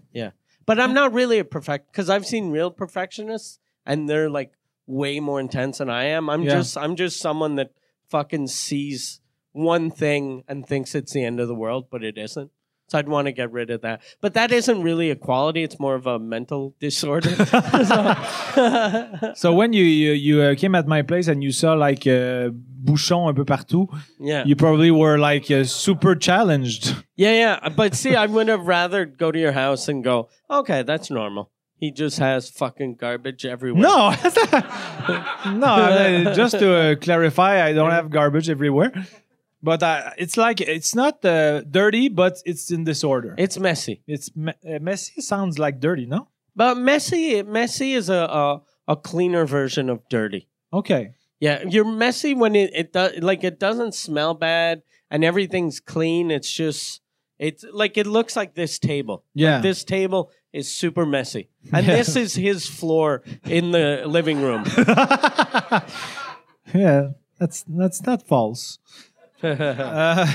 but I'm not really a perfect because I've seen real perfectionists and they're like way more intense than I am. I'm
Yeah.
just I'm just someone that fucking sees one thing and thinks it's the end of the world, but it isn't. So I'd want to get rid of that. But that isn't really a quality, it's more of a mental disorder. So-
so when you you, you uh, came at my place and you saw like uh, bouchon un peu partout,
yeah.
you probably were like uh, super challenged.
Yeah, yeah. But see, I would have rather go to your house and go, okay, that's normal. He just has fucking garbage everywhere.
No, no. I mean, just to uh, clarify, I don't have garbage everywhere, but uh, it's like it's not uh, dirty, but it's in disorder.
It's messy.
It's me- uh, messy. Sounds like dirty, no?
But messy, messy is a, a a cleaner version of dirty.
Okay.
Yeah, you're messy when it it does like it doesn't smell bad and everything's clean. It's just it's like it looks like this table.
Yeah.
This table is super messy, and
Yeah.
this is his floor in the living room.
yeah, that's that's not false. Uh,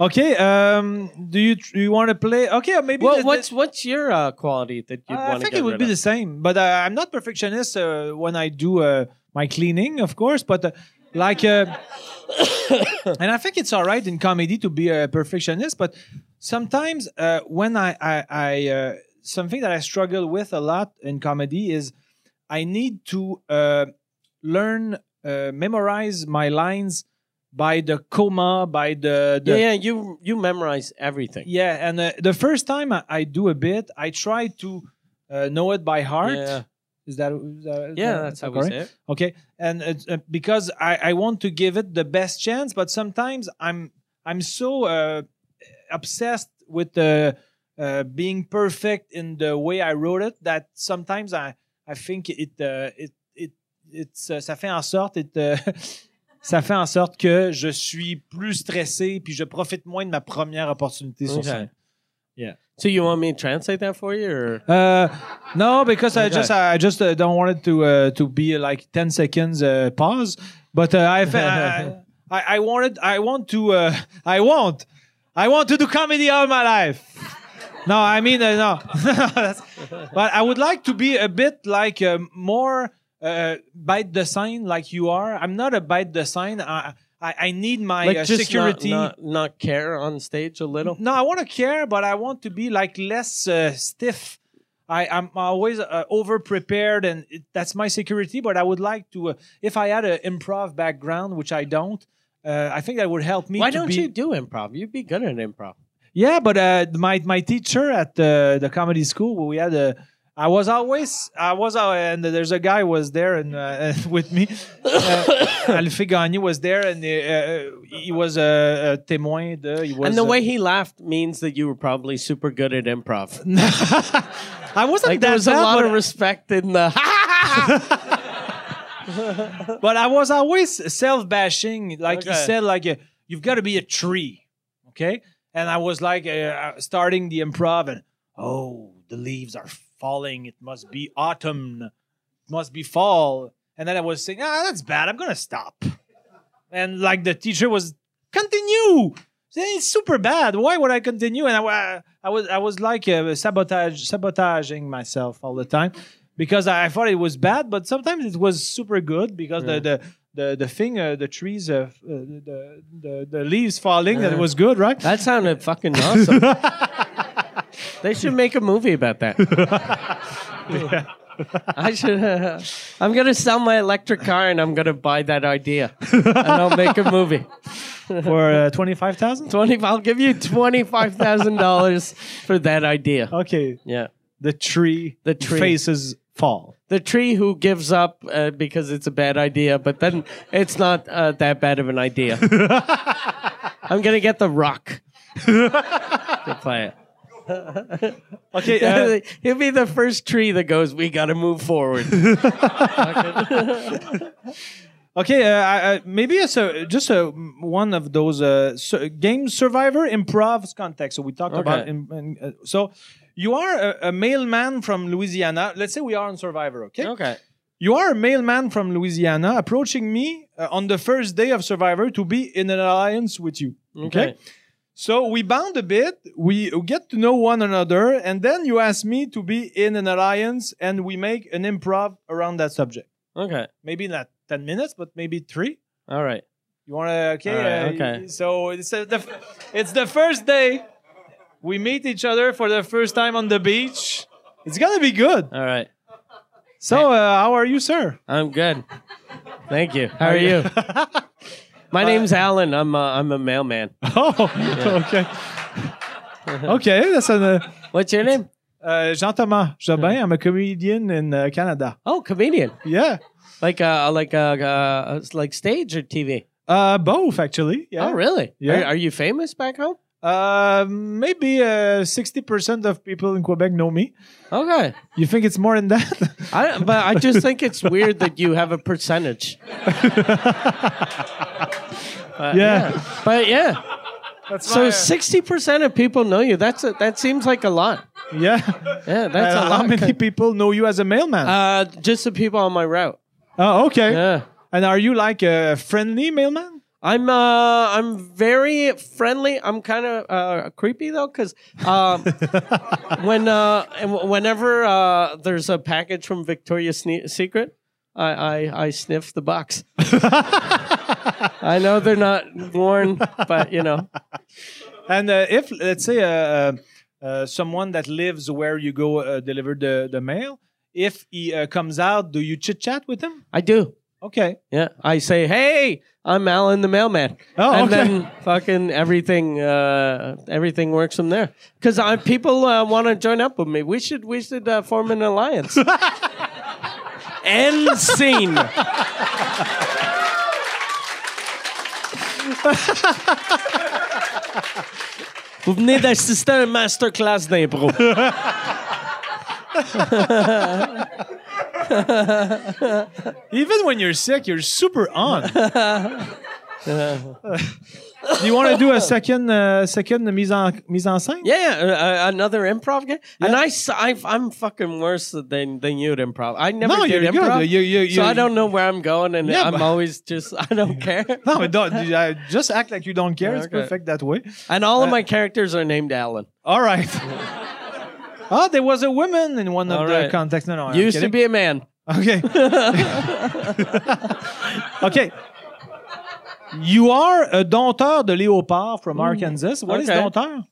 okay. Um, do you do you want to play? Okay, maybe.
well,
the-
what's what's your uh, quality that
the-
you'd
I
want to
think
get
it would
rid
be
of?
the same, but uh, I'm not perfectionist uh, when I do uh, my cleaning, of course. But uh, like, uh, and I think it's all right in comedy to be a perfectionist, but sometimes uh, when I I, I uh, something that I struggle with a lot in comedy is I need to uh, learn uh, memorize my lines by the comma by the, the
yeah, yeah, you you memorize everything.
yeah, and uh, the first time I, I do a bit, I try to uh, know it by heart.
Yeah.
Is that, is that is
Yeah,
that-
that's how we
correct?
say it.
okay and it's, uh, because I, I want to give it the best chance but sometimes i'm i'm so uh, obsessed with the uh, being perfect in the way i wrote it that sometimes i i think it uh, it it it's uh, ça fait en sorte it uh, ça fait en sorte que je suis plus stressé puis je profite moins de ma première opportunité sur
Okay.
scène
So you want me to translate that for you, or
Uh, no, because I
Okay.
just I just uh, don't want it to uh, to be uh, like ten seconds uh, pause. But uh, I, I I I wanted I want to uh, I want I want to do comedy all my life. No, I mean uh, no. That's- but I would like to be a bit like uh, more uh, bite the sign like you are. I'm not a bite the sign. I I, I need my
like
uh,
just
security.
Not, not not care on stage a little?
No, I want to care, but I want to be like less uh, stiff. I, I'm always uh, over prepared, and it, that's my security. But I would like to, uh, if I had an improv background, which I don't, uh, I think that would help me.
Why
to
don't
be-
you do improv? You'd be good at improv.
Yeah, but uh, my my teacher at uh, the the comedy school, we had a. I was always, I was, uh, and there's a guy was there and uh, with me. Uh, Alfie Gagné was there, and uh, uh, he was a, a témoin. De, he was
And the
uh,
way he laughed means that you were probably super good at improv.
I wasn't
Like
that
there was a
bad,
lot
but-
of respect in the.
but I was always self-bashing. Like you
Okay.
said, like uh, you've got to be a tree, okay? And I was like uh, uh, starting the improv, and oh, the leaves are falling. It must be autumn. It must be fall. And then I was saying, ah, that's bad. I'm gonna stop. And like the teacher was continue. Saying, It's super bad. Why would I continue? And I, wa- I was, I was like uh, sabotage, sabotaging myself all the time because I, I thought it was bad, but sometimes it was super good because
Yeah.
the, the the the thing, uh, the trees, uh, f- uh, the, the the leaves falling, that was good, right?
that sounded fucking awesome. they should make a movie about that. I should. Uh, I'm gonna sell my electric car and I'm gonna buy that idea, and I'll make a movie.
For uh, twenty five thousand.
Twenty. I'll give you twenty five thousand dollars for that idea.
Okay,
Yeah.
the tree,
The tree.
faces fall.
the tree who gives up uh, because it's a bad idea, but then it's not uh, that bad of an idea. I'm gonna get the rock to play it.
Okay, uh,
He'll be the first tree that goes. We gotta move forward.
Okay, uh, I, I, maybe it's a, just a, one of those uh, su- game survivor improv context. So we talked
Okay.
about. im- in- uh, so you are a, a mailman from Louisiana. Let's say we are on Survivor, okay?
okay.
You are a mailman from Louisiana approaching me uh, on the first day of Survivor to be in an alliance with you.
Okay.
So we bound a bit, we get to know one another, and then you ask me to be in an alliance and we make an improv around that subject.
Okay.
Maybe not 10 minutes, but maybe three.
All right.
You want to okay?
Alright,
uh,
okay.
So it's uh, the it's the first day we meet each other for the first time on the beach. It's gonna be good.
All right.
So uh, how are you, sir?
I'm good. Thank you. How are you? Uh, My name's Alan. I'm a, I'm a mailman.
Oh, okay. okay, that's an. Uh,
What's your name?
uh, Jean Thomas Jobin. I'm a comedian in uh, Canada.
Oh, comedian.
Yeah,
Like uh like uh, uh like stage or TV?
uh, both actually. Yeah.
Oh, really?
Yeah.
Are, are you famous back home?
Uh, maybe uh, sixty percent of people in Quebec know me.
Okay.
You think it's more than that?
I, but I just think it's weird that you have a percentage. But
Yeah.
But yeah.
That's
So sixty percent of people know you. That's a, that seems like a lot.
yeah.
Yeah, that's
Uh,
a
how
lot.
many people know you as a mailman?
Uh, just the people on my route.
oh, okay.
Yeah.
And are you like a friendly mailman?
I'm uh I'm very friendly. I'm kind of uh, creepy though, because um, when uh and whenever uh there's a package from Victoria's Sne- Secret, I, I I sniff the box. I know they're not worn, but you know,
And uh, if let's say uh, uh, someone that lives where you go uh, deliver the, the mail, if he uh, comes out, do you chit chat with him?
I do.
Okay.
Yeah, I say, hey, I'm Alan the mailman.
Oh,
and
okay.
then fucking everything, uh, everything works from there. Because people uh, want to join up with me. We should, we should uh, form an alliance.
End scene. Vous venez d'assister à un masterclass d'impro.
Even when you're sick, you're super on. do you want to do a second uh, second mise en mise en scène?
Yeah, yeah, uh, uh, another improv guy. And I, s- I, am fucking worse than than you at improv. I never
No,
did
you're good.
improv,
You- you- you-
so I don't know where I'm going, and
Yeah,
I'm
but-
always just I don't care.
No, but don't, uh, just act like you don't care. It's
Okay.
perfect that way.
And all
Uh,
of my characters are named Alan.
All right. oh, there was a woman in one of
All
the
right.
contexts. No, no, I'm
Used to
kidding.
be a man.
Okay. okay. You are a dompteur de léopard from Arkansas. What is
Hmm. Okay.
dompteur?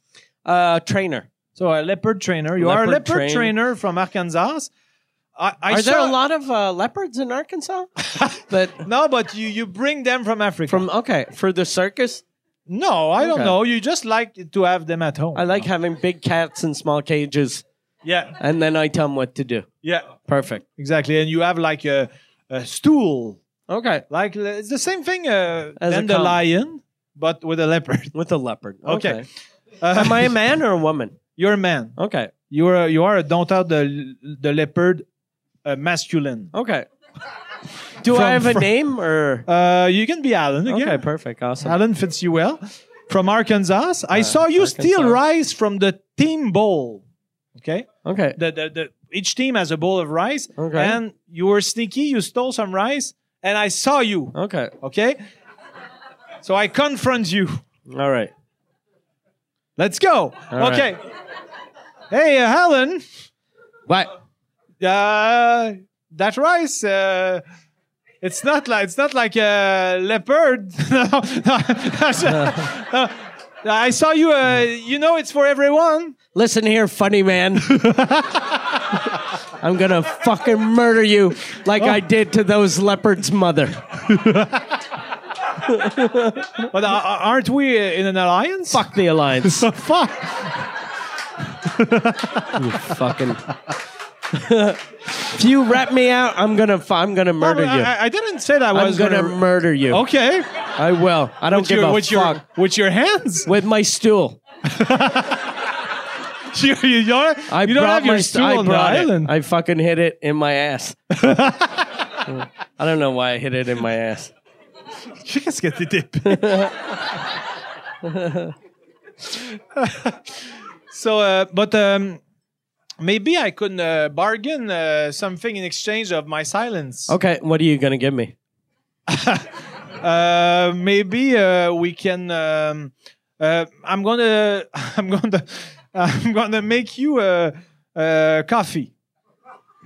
Uh, trainer.
So a leopard trainer. You are a
Leopard
leopard
train-
trainer from Arkansas. I, I
Are there
saw-
a lot of uh, leopards in Arkansas? but
No, but you, you bring them from Africa.
from okay for the circus,
no, I don't
Okay.
know. You just like to have them at home.
I like having big cats in small cages,
yeah,
and then I tell them what to do.
yeah,
Perfect.
exactly. And you have like a, a stool,
Okay,
like it's the same thing uh,
As a
than the
com-
lion, but with a leopard.
with a leopard.
Okay. Uh,
Am I a man or a woman?
You're a man.
Okay.
You are you are a dompteur de, de leopard uh, masculine.
Okay. Do
From-
I have a
from-
name or?
Uh, you can be Alan again.
Okay, perfect. Awesome.
Alan fits you well. From Arkansas, I saw you steal
Uh, Arkansas.
rice from the team bowl. Okay,
Okay.
the, the, the each team has a bowl of rice,
Okay.
and you were sneaky. You stole some rice, and I saw you.
Okay.
Okay, so I confront you.
All right.
Let's go.
All
okay. Hey, uh, Alan.
What?
Uh, that rice. Uh, it's not like it's not like a leopard. No, no, no. I saw you. Uh, you know, it's for everyone.
Listen here, funny man. I'm gonna fucking murder you like I did to those leopards' mother.
But uh, aren't we uh, in an alliance?
Fuck the alliance.
Fuck.
fucking. if you rat me out, I'm gonna fu- I'm gonna murder you. I,
I, I didn't say that I
am
was
gonna,
gonna.
murder you.
okay.
I will. I don't
Oh. With
give
your,
a
with
fuck.
your with your hands.
With my stool.
you, you, you don't,
I
you don't
brought
have
my
your
st-
stool
I
on the
brought it.
island.
I fucking hit it in my ass. I don't know why I hit it in my ass.
Qu'est-ce que t'es épais? so, uh, but um, maybe I could uh, bargain uh, something in exchange of my silence.
Okay, what are you gonna give me?
Uh, maybe uh, we can. Um, uh, I'm gonna. I'm gonna. I'm gonna make you uh, uh, coffee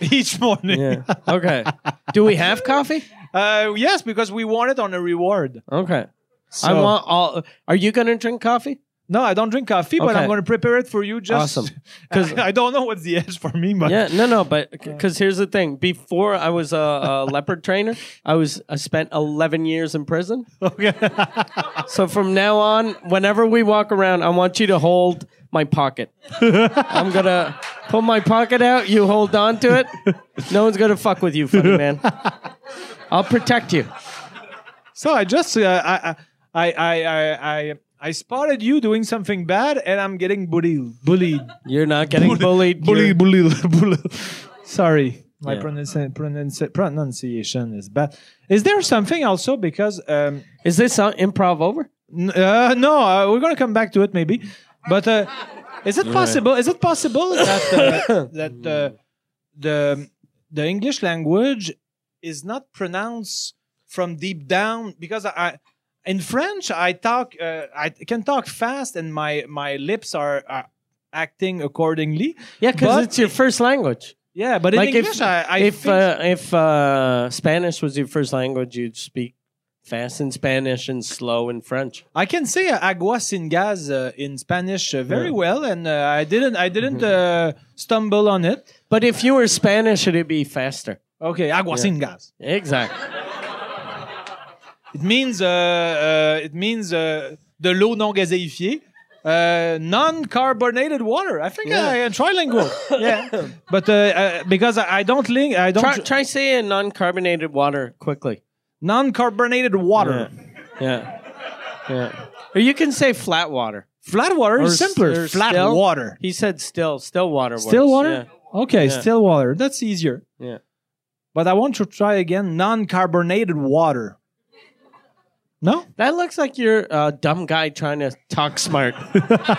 each morning.
Yeah. Okay. Do we have coffee?
Uh, yes, because we want it on a reward.
Okay. I
So-
want all. Are you gonna drink coffee?
No, I don't drink coffee, but
Okay.
I'm going to prepare it for you. Just
Awesome.
I don't know what's the edge for me, but
Yeah. No, no. But because here's the thing. Before I was a, a leopard trainer, I was I spent 11 years in prison.
okay.
So from now on, whenever we walk around, I want you to hold my pocket. I'm gonna pull my pocket out. You hold on to it. No one's gonna fuck with you, funny man. I'll protect you.
so I just uh, I, I I I I I spotted you doing something bad, and I'm getting bullied. Bullied.
You're not getting bullied. You're-
Bullied. Bullied. Sorry, my
Yeah.
pronunci- pronunci- pronunciation is bad. Is there something also because um,
Is this uh, improv over?
n- uh, no, uh, we're going to come back to it maybe, but. Uh, is it possible? Is it possible that uh, that uh, the the English language is not pronounced from deep down because I in French I talk uh, I can talk fast and my my lips are, are acting accordingly.
Yeah, because
But-
it's your first language.
Yeah, but in English I, I
if
think-
uh, if uh, Spanish was your first language, you'd speak fast in Spanish and slow in French.
I can say uh, agua sin gas uh, in Spanish uh, very well, and uh, I didn't I didn't uh, stumble on it.
But if you were Spanish, it'd be faster.
Okay, agua sin gas.
Exactly.
It means uh, uh, it means uh, de l'eau non gazéifiée. uh, non-carbonated water. I think I am trilingual. yeah, but uh, uh, because I, I don't link, I don't
Try, try saying non-carbonated water quickly.
non-carbonated water.
Yeah. Yeah. Or you can say flat water.
Flat water
Or
is simpler.
s- or
Flat
still-
water.
He said still. Still water. works.
Still water. Okay, still water. That's easier.
Yeah. yeah.
But I want to try again non-carbonated water. No,
That looks like you're a dumb guy trying to talk smart. like
Uh,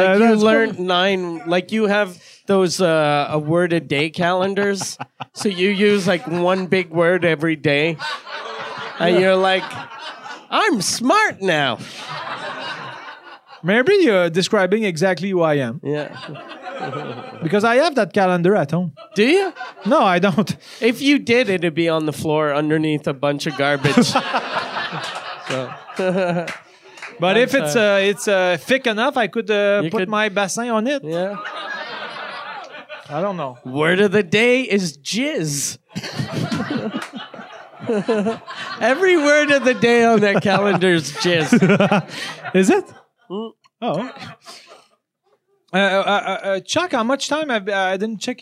you
that's
learned nine, like you have those uh, a word a day calendars. so you use like one big word every day. And you're like, I'm smart now.
maybe you're describing exactly who I am
Yeah.
because I have that calendar at home.
Do you?
No, I don't.
If you did, it'd be on the floor underneath a bunch of garbage.
But if it's uh, it's uh, thick enough, I could uh,
You
put
could-
my bassin on it.
yeah.
I don't know.
Word of the day is jizz. Every word of the day on that calendar is jizz.
Is it?
Mm.
Oh. Uh, uh, uh, uh, Chuck, how much time? I've, I didn't check.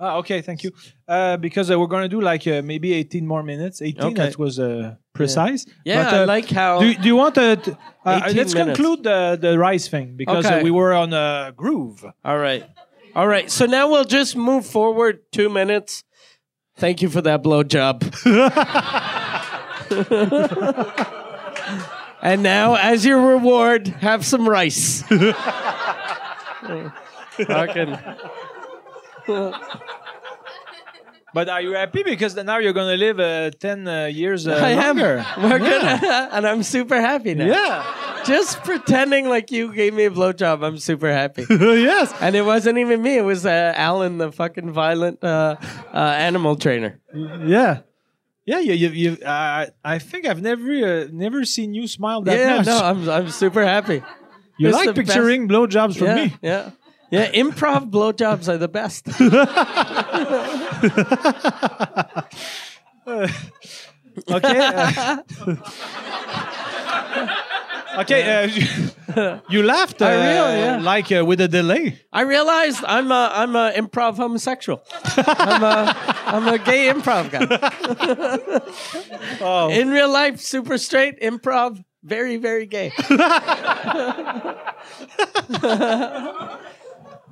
Ah, okay, thank you. Uh, because uh, we're gonna do like uh, maybe 18 more minutes. 18
Okay.
that was uh, precise.
Yeah,
But, uh,
I like how.
Do, do you want to? t- uh,
18
let's
minutes.
conclude the the rice thing because uh,
Okay.
we were on a groove.
all right. All right. So now we'll just move forward two minutes. Thank you for that blowjob. and now, as your reward, have some rice. Fucking.
But are you happy because then now you're gonna live uh, 10 uh, years? Uh,
I am.
longer.
We're gonna, and I'm super happy now.
Yeah.
Just pretending like you gave me a blowjob, I'm super happy.
yes.
and it wasn't even me; it was uh, Alan, the fucking violent uh, uh, animal trainer.
Yeah. Yeah, you, you, you, uh, I think I've never, uh, never seen you smile that
yeah,
much.
no, I'm I'm super happy.
you
it's
like
the
picturing blowjobs from
yeah,
me.
yeah, yeah. Improv blowjobs are the best.
Okay. uh, okay. Uh, you- you laughed. Uh,
really, yeah.
Like uh, with a delay.
I realized I'm a I'm a improv homosexual. I'm a I'm a gay improv guy.
Oh.
In real life, super straight. Improv, very very gay.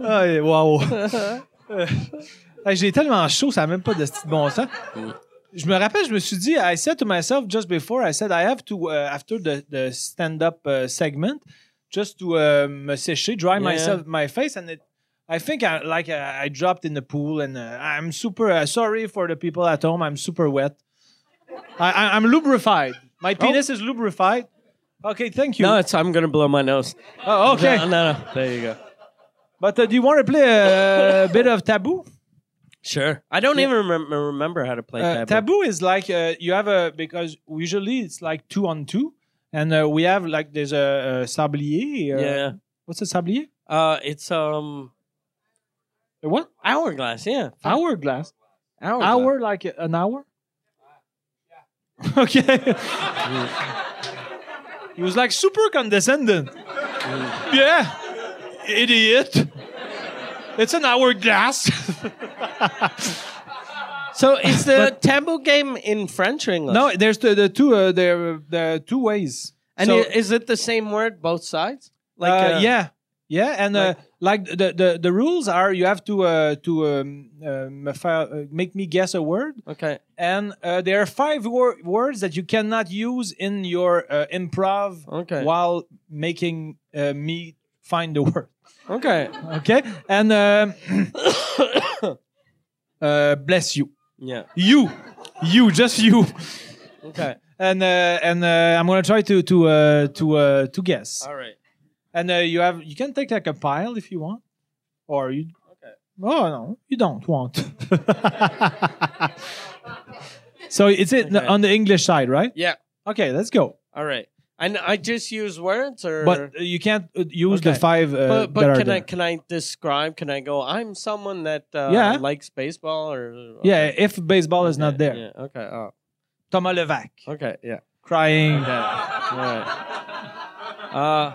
Ah, et- wow. Euh, hey, J'ai tellement chaud, ça n'a même pas de petit bon sens. Je me rappelle, je me suis dit, I said to myself just before, I said I have to, uh, after the, the stand-up uh, segment, just to uh, me sécher, dry myself, my face, and it, I think I, like I, I dropped in the pool, and uh, I'm super, uh, sorry for the people at home, I'm super wet. I, I, I'm lubrified. My penis is lubrified. Okay, thank you.
No, it's I'm gonna blow my nose.
oh, okay.
No, no, no. There you go.
But uh, do you want to play a, bit of taboo?
Sure. I don't even remem- remember how to play
Uh,
taboo.
taboo is like uh, you have a because usually it's like two on two, and uh, we have like there's a, a sablier. Uh,
Yeah.
What's a sablier?
Uh, it's um
A what?
hourglass. Yeah.
Hourglass.
Hourglass.
Hour like an hour. okay.
Mm.
he was like super condescending.
Mm.
yeah, idiot. It's an hourglass.
So is the taboo game in French or English?
no, there's the, the two uh, there there are two ways.
And
So-
i- is it the same word both sides? Like
uh, yeah yeah and uh, like the, the the rules are you have to uh, to um, uh, me fa- uh, make me guess a word
Okay.
and uh, there are five wor- words that you cannot use in your uh, improv
Okay.
while making uh, me find the word
Okay.
okay and um uh, bless you
Yeah.
you you just you
Okay.
and uh, and uh, i'm gonna try to to uh, to uh, to guess
All right.
And uh, you have you can take like a pile if you want, or you. Oh no, you don't want. so it's it
Okay.
on the English side, right?
Yeah.
Okay, let's go.
All right. And I just use words or
But uh, you can't uh, use the
Okay.
five. Uh,
but, but
that are
can I
there.
can I describe? Can I go? I'm someone that uh,
Yeah.
likes baseball or
Yeah, if baseball is not there.
Yeah. Okay. Oh.
Thomas Levac
Okay. Yeah.
crying.
Yeah. All right. Uh,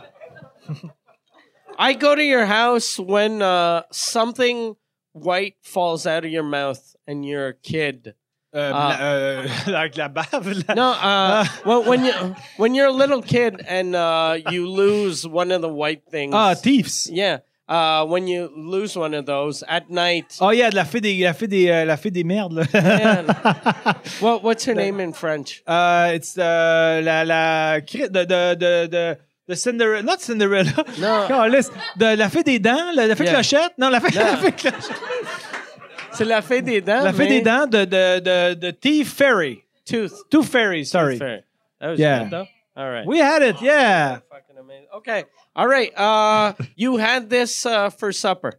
I go to your house when uh, something white falls out of your mouth and you're a kid.
Euh, la- euh, avec la bave. la-
Ah. No, uh, well, when you when you're a little kid and uh, you lose one of the white things.
Ah, Thieves.
yeah. Uh, when you lose one of those at night.
Oh, yeah, la fée des, la fée des, euh, la fée des merdes. là.
Man. Well, what's her name in French?
Euh, it's euh, la la cri- de de de de, de Cinderella, not Cinderella.
Non.
Calisse. de la fée des dents, la, la fée
Yeah.
clochette. Non, la fée, la fée, clochette.
C'est la fée des dents.
la fée
mais-
des dents de de de de Tea Fairy.
Tooth.
Tooth Fairy, sorry.
Fair. That was
Yeah.
good though. All right.
We had it, yeah.
Fucking amazing. Okay. All right. Uh, you had this uh, for supper.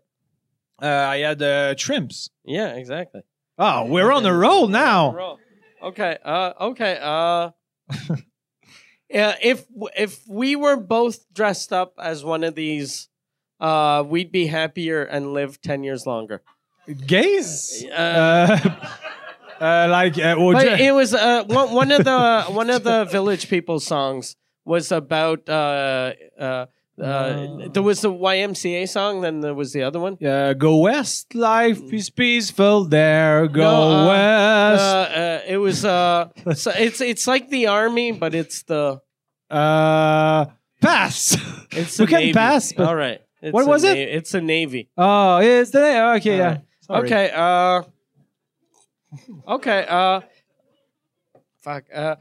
Uh, I had uh, shrimps.
Yeah. Exactly.
Oh, we're on the roll now.
Roll. Oh. Okay. Uh, okay. Uh, yeah, if if we were both dressed up as one of these, uh, we'd be happier and live ten years longer.
Gays?
Uh,
Uh, uh, like uh, or
but
ju-
it was uh, one, one of the one of the village people songs was about uh, uh, uh, there was the YMCA song, then there was the other one.
uh, go west, life is peaceful there. Go
No, uh,
west.
Uh, uh, it was uh, so it's it's like the army, but it's the
Uh, pass.
it's
we
the
can
navy.
pass. But
All right, It's
What
a
was it?
na- It's a navy.
oh, it's the oh, okay. yeah. Sorry.
Okay. Uh, okay. Uh, fuck. Uh,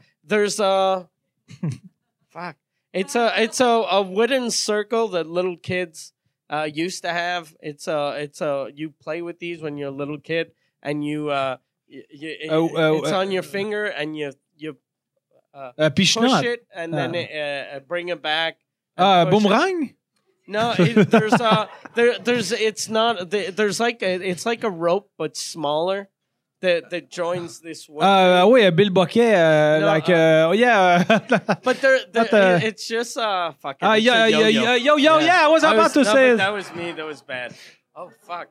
there's a fuck. It's a it's a, a wooden circle that little kids uh, used to have. It's a it's a you play with these when you're a little kid and you uh, y y
Oh, oh,
it's
uh,
on your finger and you you
Uh, piche
push
not.
it and then
Uh.
it, uh, bring it back. and
Uh,
push it.
boomerang.
No, it, there's uh, there, there's it's not there, there's like a it's like a rope but smaller that that joins this one.
Uh, oui, uh, Bill Bocquet. Uh,
No,
like, uh, oh, yeah. uh,
but there, there
not the-
it- it's just uh, fucking.
uh,
it's
yeah,
a
yeah,
yo-yo.
yeah, yo, yo, yeah. I was about to
no,
say.
but that was me. That was bad. Oh fuck.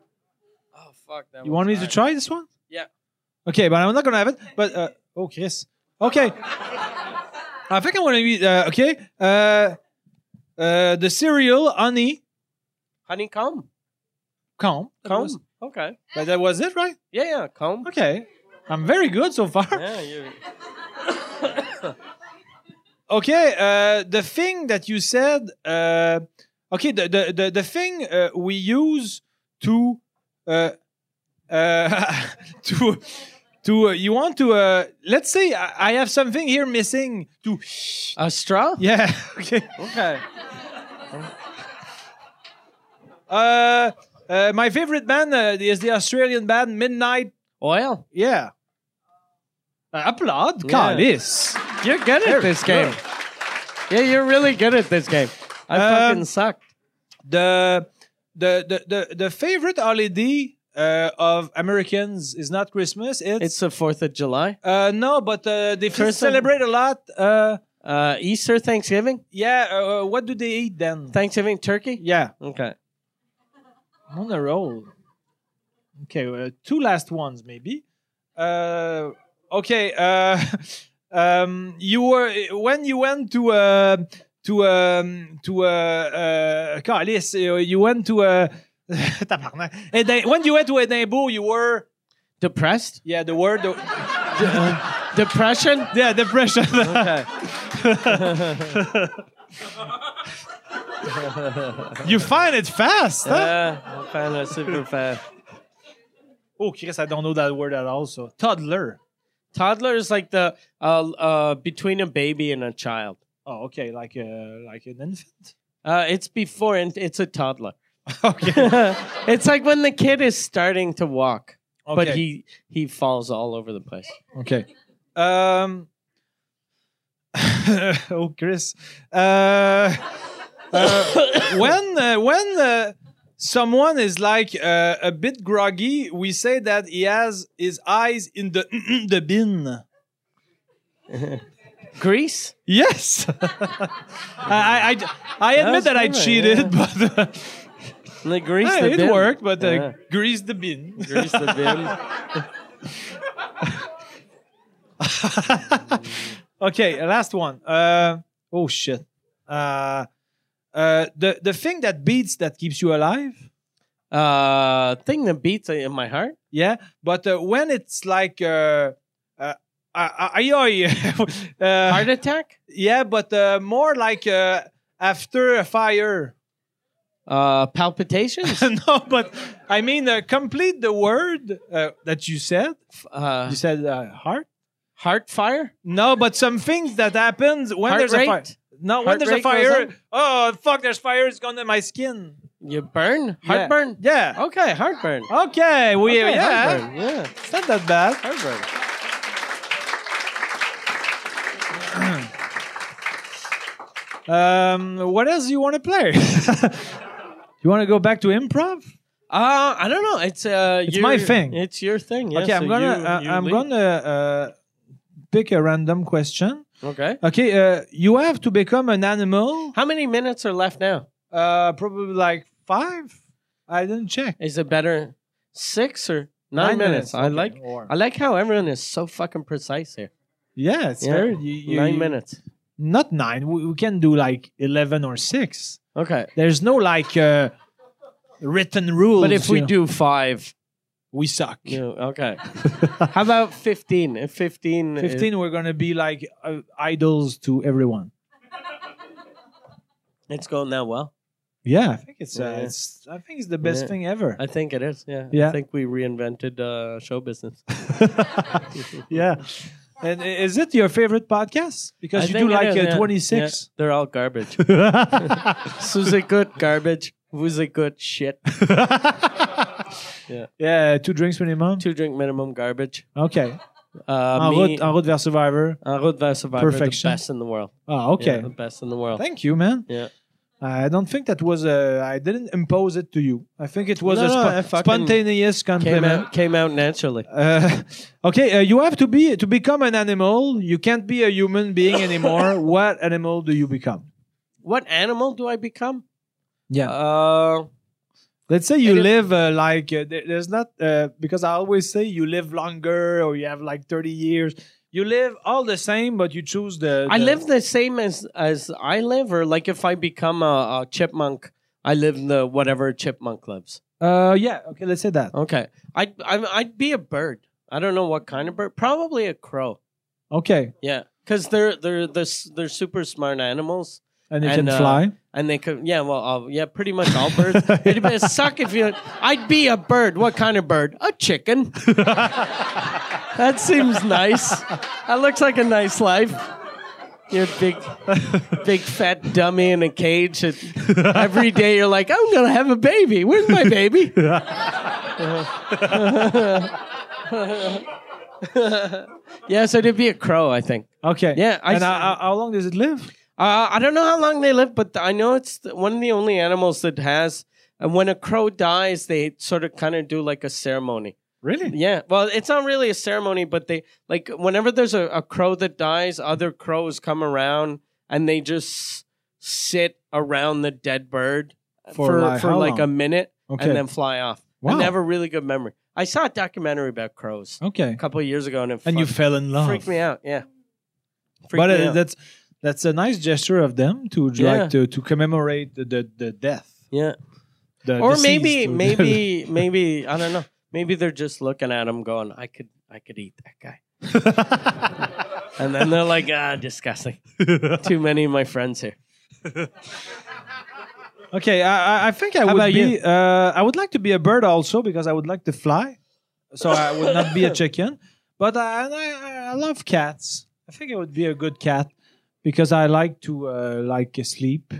Oh fuck. That
you
was
want me to
bad.
try this one?
Yeah.
Okay, but I'm not gonna have it. But uh, oh, Chris. Okay. I think I want to eat. Uh, okay. Uh, uh, the cereal, honey,
Honeycomb.
comb. That
Comb.
was-
Okay.
But that was it, right?
Yeah, yeah. Comb.
Okay. I'm very good so far.
Yeah, you.
Okay, uh, the thing that you said, uh, okay, the the the, the thing uh, we use to uh, uh, to to uh, you want to uh, let's say I, I have something here missing to
A straw.
yeah okay
Okay.
uh, uh, my favorite band uh, is the Australian band Midnight
Oil.
yeah uh, applaud Carlis
You're good
There
at this
we
game.
go.
Yeah, you're really good at this game. I
Um,
fucking sucked.
the the the the, the favorite holiday uh, of Americans is not Christmas. It's,
It's the Fourth of July.
uh, no, but uh, they f-
Christmas.
celebrate a lot. Uh,
Uh, Easter, Thanksgiving,
yeah, uh, uh, what do they eat then?
Thanksgiving turkey.
Yeah,
Okay.
I'm on a roll. Okay, uh, two last ones maybe. Uh, okay, uh, um, you were when you went to. Uh, to um to uh uh Carlis, uh, you went to uh tabarnak. Edin- when you went to Edinburgh you were
Depressed.
Yeah, the word. The,
Depression.
yeah, depression. you find it fast, huh?
Yeah, I found that super fast.
Oh, Chris, I don't know that word at all. So toddler.
Toddler is like the uh, uh, between a baby and a child.
Oh, okay, like uh, like an infant.
Uh, it's before and it's a toddler.
okay.
it's like when the kid is starting to walk, but
Okay.
he he falls all over the place.
Okay. Um. oh, Chris. Uh, uh, when uh, when uh, someone is like uh, a bit groggy, we say that he has his eyes in the the bin.
Greece.
Yes. I, I I I admit
That's
that I
clever,
cheated, but uh,
The Greece.
hey,
the
it
bin.
worked. But uh,
Yeah.
grease the bin.
Grease the bin.
okay, last one. Uh, oh shit. Uh, uh, the the thing that beats that keeps you alive.
Uh, thing that beats in my heart.
Yeah, but uh, when it's like uh, uh, uh, aye, aye, uh,
Heart attack.
yeah, but uh, more like uh, after a fire.
Uh, palpitations.
no, but I mean, uh, complete the word uh, that you said.
Uh,
You said uh, heart.
heart fire.
No, but some things that happens when
Heart
there's a fire.
rate?
No, when
Heart
there's a
rate goes
fire.
up?
Oh fuck! There's fire. It's gone to my skin.
You burn.
Yeah.
Heartburn.
Yeah.
Okay, heartburn.
Okay, we
Oh. Okay,
yeah,
heartburn. Yeah.
it's not that bad.
Heartburn.
Um, what else do you want to play? you want to go back to improv?
Uh, I don't know. It's uh,
It's
your-
my thing.
It's your thing. Yeah,
okay, I'm
so
gonna
you-
uh,
you
I'm
lead.
gonna uh, pick a random question.
Okay.
Okay, uh, you have to become an animal.
How many minutes are left now?
Uh, probably like five. I didn't check.
Is it better six or nine, minutes? I
okay,
like
or-
I like how everyone is so fucking precise here.
yeah, it's
Yeah,
very you- you-
nine
you-
minutes.
Not nine. We, we can do like eleven or six.
Okay.
There's no like uh, written rules.
But if
you
we
know.
do five,
we suck.
you okay. how about fifteen? If fifteen, is-
15 we're gonna be like uh, idols to everyone
it's going that well.
yeah i think it's, uh,
Yeah.
it's i think it's the best
Yeah.
thing ever
I think it is. Yeah.
Yeah.
I think we reinvented uh, show business.
yeah and i- is it your favorite podcast
I
because you do
think it
like
is,
uh,
yeah.
26
Yeah, they're all garbage. Who's it good garbage? Who's it good shit?
yeah. yeah two drinks minimum
Two drink minimum garbage.
okay
Uh,
en
me,
route, en route vers survivor
En route vers survivor,
Perfection.
the best in the world.
oh
Yeah,
okay
the best in the world.
thank you man
Yeah.
I don't think that was a. I didn't impose it to you. I think it was
No,
a
no,
spo-
I fucking
spontaneous
Came
compliment.
out, came out naturally.
Uh, okay, uh, you have to be to become an animal. You can't be a human being anymore. what animal do you become?
What animal do I become?
Yeah.
Uh,
Let's say you
it is-
live uh, like uh, there- there's not uh, because I always say you live longer or you have like 30 years. You live all the same, but you choose the.
I
the-
live the same as as I live, or like if I become a, a chipmunk, I live the whatever chipmunk lives.
Uh, yeah. Okay, let's say that.
Okay, I'd I'd, I'd be a bird. I don't know what kind of bird. Probably a crow.
Okay,
Yeah, because they're they're they're s- they're super smart animals.
and you
And,
can
uh,
fly.
And they could, yeah, well, uh, yeah, pretty much all birds. It'd be suck if you. I'd be a bird. What kind of bird? A chicken. that seems nice. That looks like a nice life. You're a big, big fat dummy in a cage. And every day you're like, I'm gonna have a baby. Where's my baby? yeah, so it'd be a crow, I think.
Okay.
yeah, I
and
s-
uh, how long does it live?
Uh, I don't know how long they live, but I know it's th- one of the only animals that has. And when a crow dies, they sort of kind of do like a ceremony.
Really?
Yeah, well, it's not really a ceremony, but they like whenever there's a, a crow that dies, other crows come around and they just sit around the dead bird
For
for,
like
for
how
like a
long?
minute
Okay.
and then fly off.
Wow.
And they have a really good memory. I saw a documentary about crows
Okay.
a couple of years ago, and it
And you
fuck-
fell in love.
freaked me out. Yeah, freaked
but
me
uh,
out.
that's that's a nice gesture of them to
Yeah.
like to, to commemorate the, the, the death
yeah.
the
or
deceased
maybe
to-
maybe maybe i don't know maybe they're just looking at him going i could i could eat that guy and then they're like ah disgusting too many of my friends here
okay I, I- I think i would
about
be uh, i would like to be a bird also because i would like to fly so i would not be a chicken but I, and I, I love cats i think I would be a good cat because i like to uh, like sleep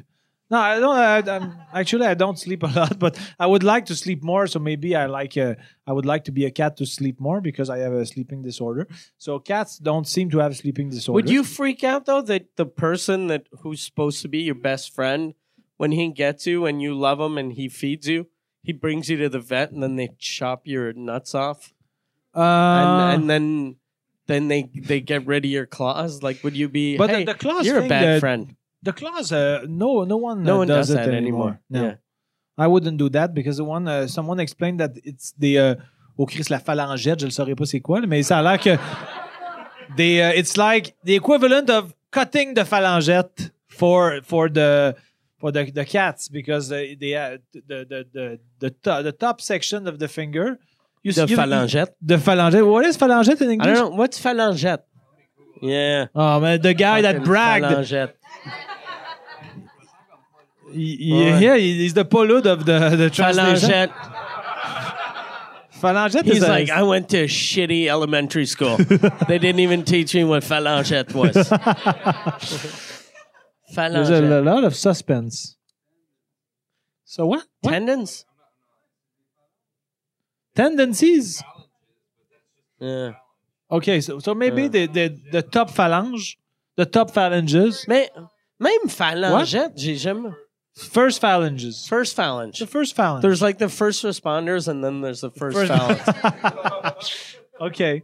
no i don't I, I'm, actually i don't sleep a lot but i would like to sleep more so maybe i like uh, i would like to be a cat to sleep more because i have a sleeping disorder so cats don't seem to have sleeping disorder
would you freak out though that the person that who's supposed to be your best friend when he gets you and you love him and he feeds you he brings you to the vet and then they chop your nuts off
uh,
and, and then then they they get rid of your claws like would you be
But the-
"Hey,
the claws
you're a
thing,
bad
the-
friend
the claws uh, no no one
no
uh,
one does,
it
that anymore,
No.
yeah
I wouldn't do that because the one, uh, someone explained that it's des. Euh, oh Chris, la phalangette, je ne saurais pas c'est quoi, là, mais ça a l'air que. Des, euh, uh, it's like the equivalent of cutting the phalangette for, for the. for the, the cats because they, they uh, the the the the, to, the top section of the finger. You,
The
you-
phalangette.
The phalangette. What is phalangette in
I
English?
don't know. What's phalangette? Yeah.
Oh man, the guy that
Fucking
bragged.
phalangette.
He- he-
Ouais.
Yeah, he's the Pollard of the the translation.
Phalangette.
Phalangette
He's
is a-
like, I went to shitty elementary school. they didn't even teach me what phalangette was.
There's a,
phalangette.
lot of suspense. So what? what?
Tendons?
Tendencies.
Yeah.
Okay, so so maybe
Uh.
the, the the top phalange, the top phalanges,
Mais même phalangette, j'ai jamais.
first phalanges,
First phalange.
the first phalange.
There's like the first responders, and then there's the first, phalange.
okay.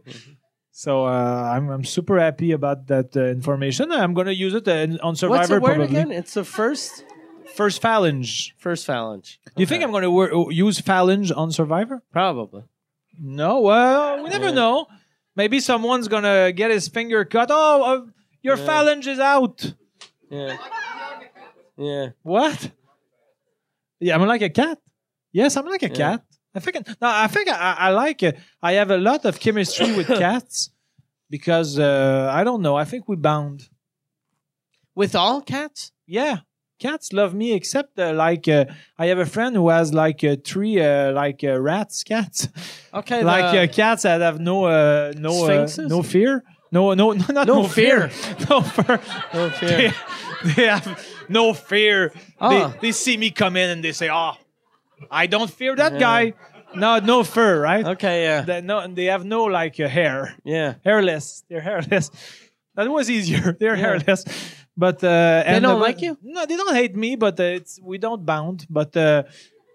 So uh, I'm I'm super happy about that uh, information. I'm gonna use it uh, on Survivor
What's the word
probably.
again? It's the first,
First phalange.
first phalange.
Do you think I'm gonna wor- use phalange on Survivor?
Probably.
No, well, we never know. Maybe someone's gonna get his finger cut. Oh, uh, your phalange is out.
Yeah. Yeah.
What? Yeah, I'm like a cat. Yes, I'm like a cat. I think. No, I think I, I like. It. I have a lot of chemistry with cats because uh, I don't know. I think we bound.
With all cats?
Yeah, cats love me. Except uh, like uh, I have a friend who has like uh, three uh, like uh, rats cats.
Okay.
like
the-
uh, cats that have no uh, no uh,
Sphinxes?
no fear. No, no, no, not
No
no fear. No fear.
no
They,
fear.
they have no fear.
Ah.
They, they see me come in and they say, "Oh, I don't fear that guy." No, no fur, right?
Okay. Yeah.
They, no, they have no like uh, hair,
Yeah.
hairless. They're hairless. That was easier. They're hairless. But uh, they
don't like you?
No, they don't hate me. But uh, it's we don't bound. But uh,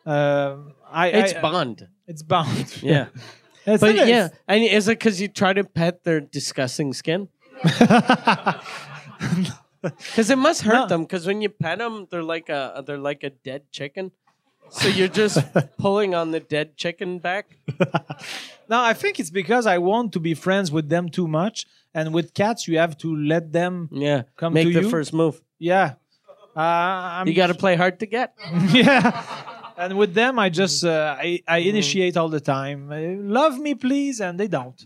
uh, I,
It's
I-
Bond.
it's bound.
Yeah.
It's
But
not a-
yeah, and is it because you try to pet their disgusting skin? Because it must hurt
No.
them. Because when you pet them, they're like a they're like a dead chicken. So you're just pulling on the dead chicken back.
No, I think it's because I want to be friends with them too much. And with cats, you have to let them.
Yeah,
Come
make
to
the
you?
first move.
Yeah. Uh, I'm,
You got to play hard to get.
yeah. And with them, I just uh, I,
Mm-hmm.
I initiate all the time. Uh, Love me, please, and they don't.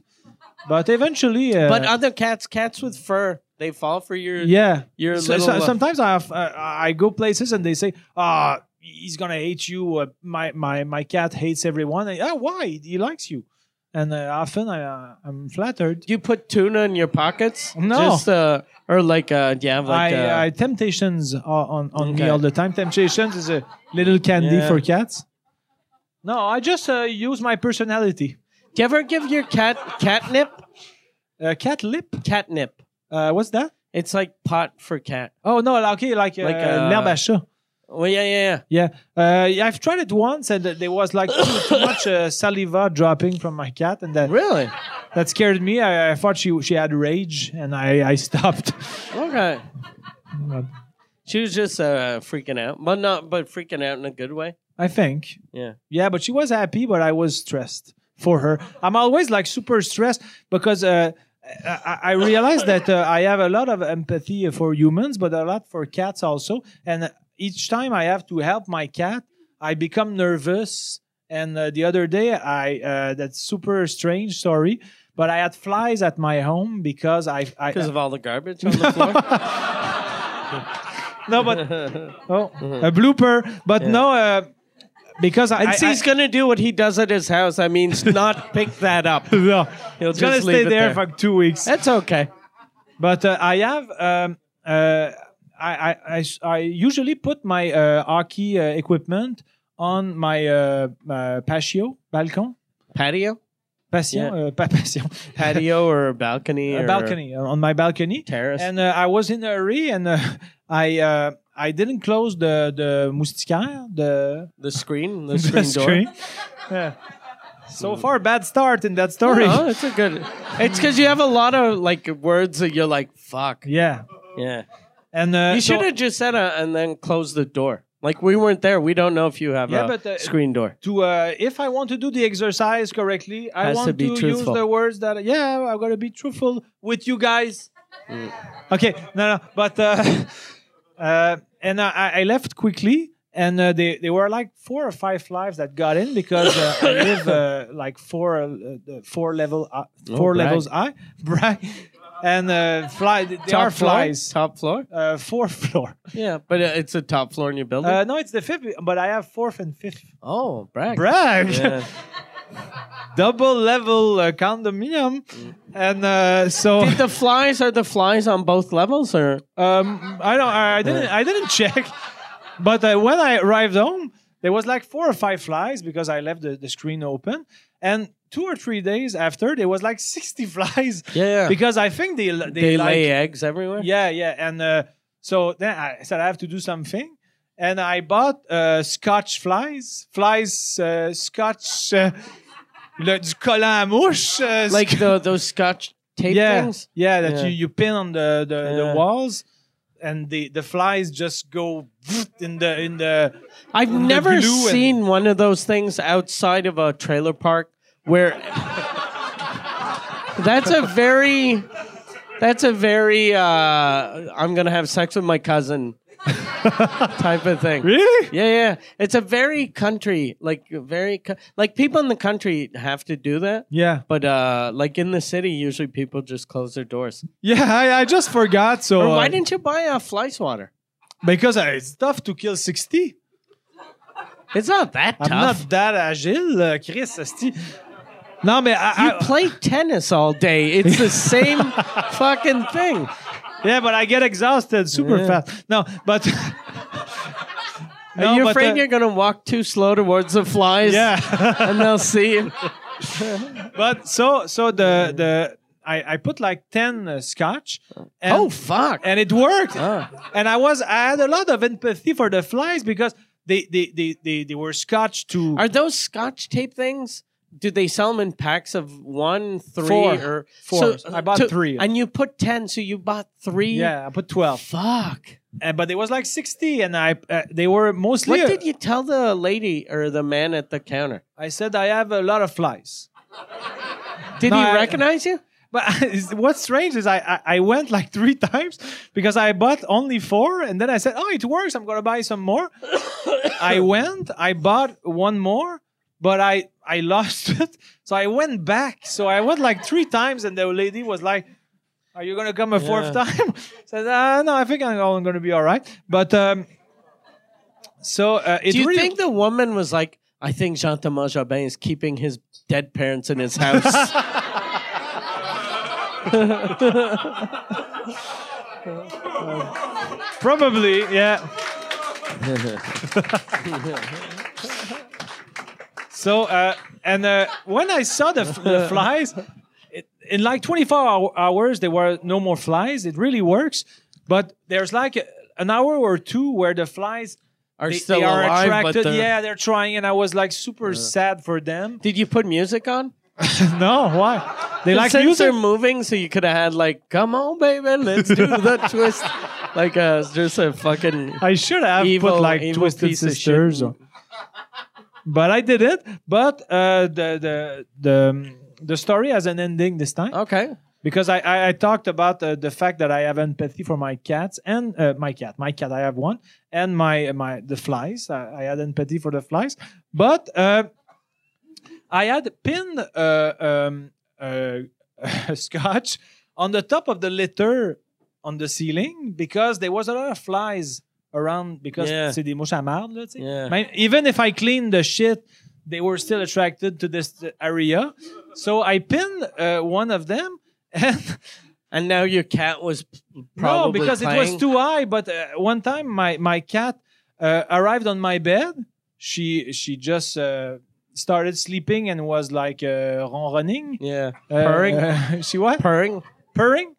But eventually, uh,
But other cats, cats with fur, they fall for your.
yeah.
your
So-
little,
so-
uh,
sometimes I have, uh, I go places and they say, "Ah, he's gonna hate you. Uh, my my my cat hates everyone." And, oh, why? He likes you. And uh, often I uh, I'm flattered.
Do you put tuna in your pockets?
No.
Just, uh, or like, uh, do you have like. uh,
I, I temptations are on on me
Okay.
all the time. Temptations is a little candy
Yeah.
for cats. No, I just uh, use my personality.
do you ever give your cat catnip?
Uh, cat lip.
Catnip.
Uh, what's that?
It's like pot for cat.
Oh no, okay, like uh,
Like,
like
uh,
l'herbe à chat.
Well, yeah, yeah, yeah.
Yeah, uh, yeah, I've tried it once, and there was like too, too much uh, saliva dropping from my cat, and that
Really?
that scared me. I, I thought she she had rage, and I I stopped.
Okay. She was just uh, freaking out, but not, but freaking out in a good way.
I think.
Yeah.
Yeah, but she was happy, but I was stressed for her. I'm always like super stressed because uh, I, I I realize that uh, I have a lot of empathy for humans, but a lot for cats also. And each time I have to help my cat, I become nervous. And uh, the other day, I uh, that's super strange. Sorry, but I had flies at my home because I, I
Because of all the garbage on the floor.
no, but oh, a blooper. But no, uh, because I, I,
Mm-hmm. And so he's
I-
gonna do what he does at his house. I mean, not pick that up.
no,
He'll
it's gonna
just leave
stay
it
there,
there.
for like two weeks.
That's okay.
But uh, I have. Um, uh, I, I- I s- I usually put my uh, hockey uh, equipment on my uh, uh, patio, balcon,
Patio,
passion,
Yeah.
uh, pas passion,
patio, or balcony,
Uh,
or
balcony uh, on my balcony
terrace.
and uh, I was in a hurry and uh, I uh, I didn't close the the moustiquaire the
the screen, the screen door.
Yeah. So far, bad start in that story.
Oh, it's a good. It's because you have a lot of like words that you're like, fuck.
Yeah,
Yeah.
and uh,
You
so-
should have just said uh, and then closed the door. Like we weren't there. We don't know if you have
Yeah,
a
but, uh,
screen door.
to uh, if I want to do the exercise correctly, I
Has to
want to,
be
use
truthful.
the words that yeah, I'm gonna be truthful with you guys. Okay, no, no, but uh, uh, and I, I- I left quickly. And uh, they, they were like four or five flies that got in because uh, I live uh, like four uh, uh, four level uh,
Oh,
four
brag.
levels high, brag, and uh, fly they are
floor?
flies.
Top floor.
Uh, fourth floor.
Yeah, but uh, it's a top floor in your building.
Uh, no, it's the fifth, but I have fourth and fifth.
oh, brag.
Brag.
Yeah.
Double level uh, condominium,
Mm.
and uh, so
Did the flies are the flies on both levels or
Um, I don't. I, I didn't. I didn't check. But uh, when I arrived home, there was like four or five flies because I left the, the screen open. And two or three days after, there was like sixty flies.
Yeah.
Because I think they they,
they
like,
lay eggs everywhere?
Yeah, yeah. And uh, so then I said I have to do something, and I bought uh, Scotch flies, flies uh, Scotch. Uh, le, du collant à mouche. uh,
Like the those Scotch tape
yeah,
things.
Yeah, that
Yeah.
you you pin on the the,
Yeah.
the walls, and the the flies just go in the in the.
I've
the
never
glue and-
seen one of those things outside of a trailer park where That's a very that's a very uh I'm going to have sex with my cousin type of thing.
Really?
Yeah, yeah. It's a very country like very co- like people in the country have to do that.
Yeah,
But uh like in the city usually people just close their doors.
yeah. I, I just forgot. So
Or
uh,
why didn't you buy a fly swatter?
because I, it's tough to kill sixty.
It's not that
I'm
tough.
not that agile, uh, Chris. esti. No, but I,
You
I,
play tennis all day. It's the same fucking thing.
yeah, but I get exhausted super
Yeah.
fast. No, but. No,
Are you
but,
afraid
uh,
you're going to walk too slow towards the flies?
Yeah.
and they'll see you.
but so so the the I, I put like ten uh, scotch. And,
Oh, fuck.
And it worked.
Ah.
And I was I had a lot of empathy for the flies because they they they they, they were scotch to
Are those Scotch tape things? Do they sell them in packs of one, three,
Four.
or
Four.
So,
I bought
to-
three.
and you put ten, so you bought three.
yeah I put twelve.
Fuck.
And, but it was like sixty, and I uh, they were mostly.
What did you tell the lady or the man at the counter?
I said I have a lot of flies.
Did
No,
he
I-
recognize you?
But it's- what's strange is I, I I went like three times because I bought only four, and then I said, "Oh, it works. I'm gonna buy some more." I went, I bought one more, but I I lost it, so I went back. So I went like three times, and the lady was like, "Are you gonna come a fourth
Yeah.
time?" said, uh, "No, I think I'm all gonna be all right." But um, so uh, it
Do you
really-
think the woman was like, I think Jean Thomas Jobin is keeping his dead parents in his house?
probably yeah. So uh, and uh, when I saw the, f- the flies, it, in like 24 hou- hours there were no more flies. It really works, but there's like a, an hour or two where the flies
Are
they,
still
they are
alive, but
attracted.
they're-
yeah, they're trying, and I was like super sad for them.
Did you put music on?
No, why? They like
Since
music.
they're moving, so you could have had like, come on, baby, let's do the twist. Like uh, just a fucking.
I should have
Evil-
put like
evil
Twisted
piece of shit.
Sisters, or- but I did it. But uh, the the the um, the story has an ending this time.
Okay.
because I, I, I talked about uh, the fact that I have empathy for my cats and uh, my cat, my cat, I have one, and my my the flies. I, I had empathy for the flies, but uh, I had pinned uh, um, uh, scotch on the top of the litter on the ceiling because there was a lot of flies around because
Yeah.
c'est des mouches à marde, là, tu sais.
Yeah.
My- even if I cleaned the shit, they were still attracted to this uh, area. So I pinned uh, one of them, and
And now your cat was p-
no,
probably
because it was
playing.
too high. But uh, one time, my my cat uh, arrived on my bed. She she just uh, started sleeping and was like uh, running,
Yeah.
uh,
Purring.
uh, she what?
Purring.
Purring.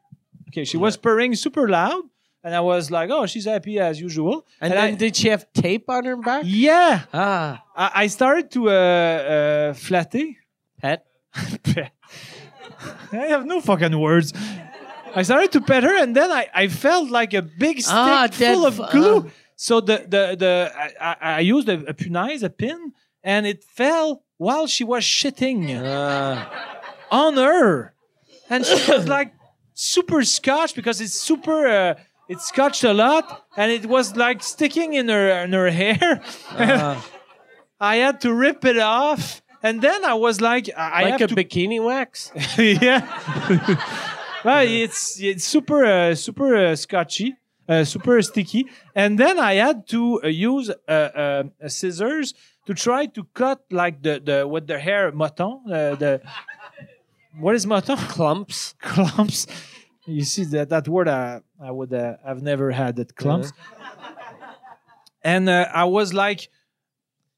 Okay, she was purring super loud, and I was like, "Oh, she's happy as usual."
And,
I-
then did she have tape on her back?
yeah,
Ah,
I, I started to uh, uh, flatter.
pet.
pet. I have no fucking words. I started to pet her, and then I, I felt like a big stick
Ah, dead
full of
f-
glue.
ah.
So the the the I, I, I used a, a punais, a pin, and it fell while she was shitting
Ah.
on her, and she was like super scotch because it's super uh, It scotched a lot, and it was like sticking in her in her hair.
Ah.
I had to rip it off, and then I was like, I, I have
like a
to
bikini wax.
yeah. well, it's it's super uh, super uh, scotchy, uh, super sticky, and then I had to uh, use uh, uh, scissors to try to cut like the the with the hair mouton uh, the what is mouton
Clumps.
clumps. You see that that word I I would uh, I've never had that clumps. And uh, I was like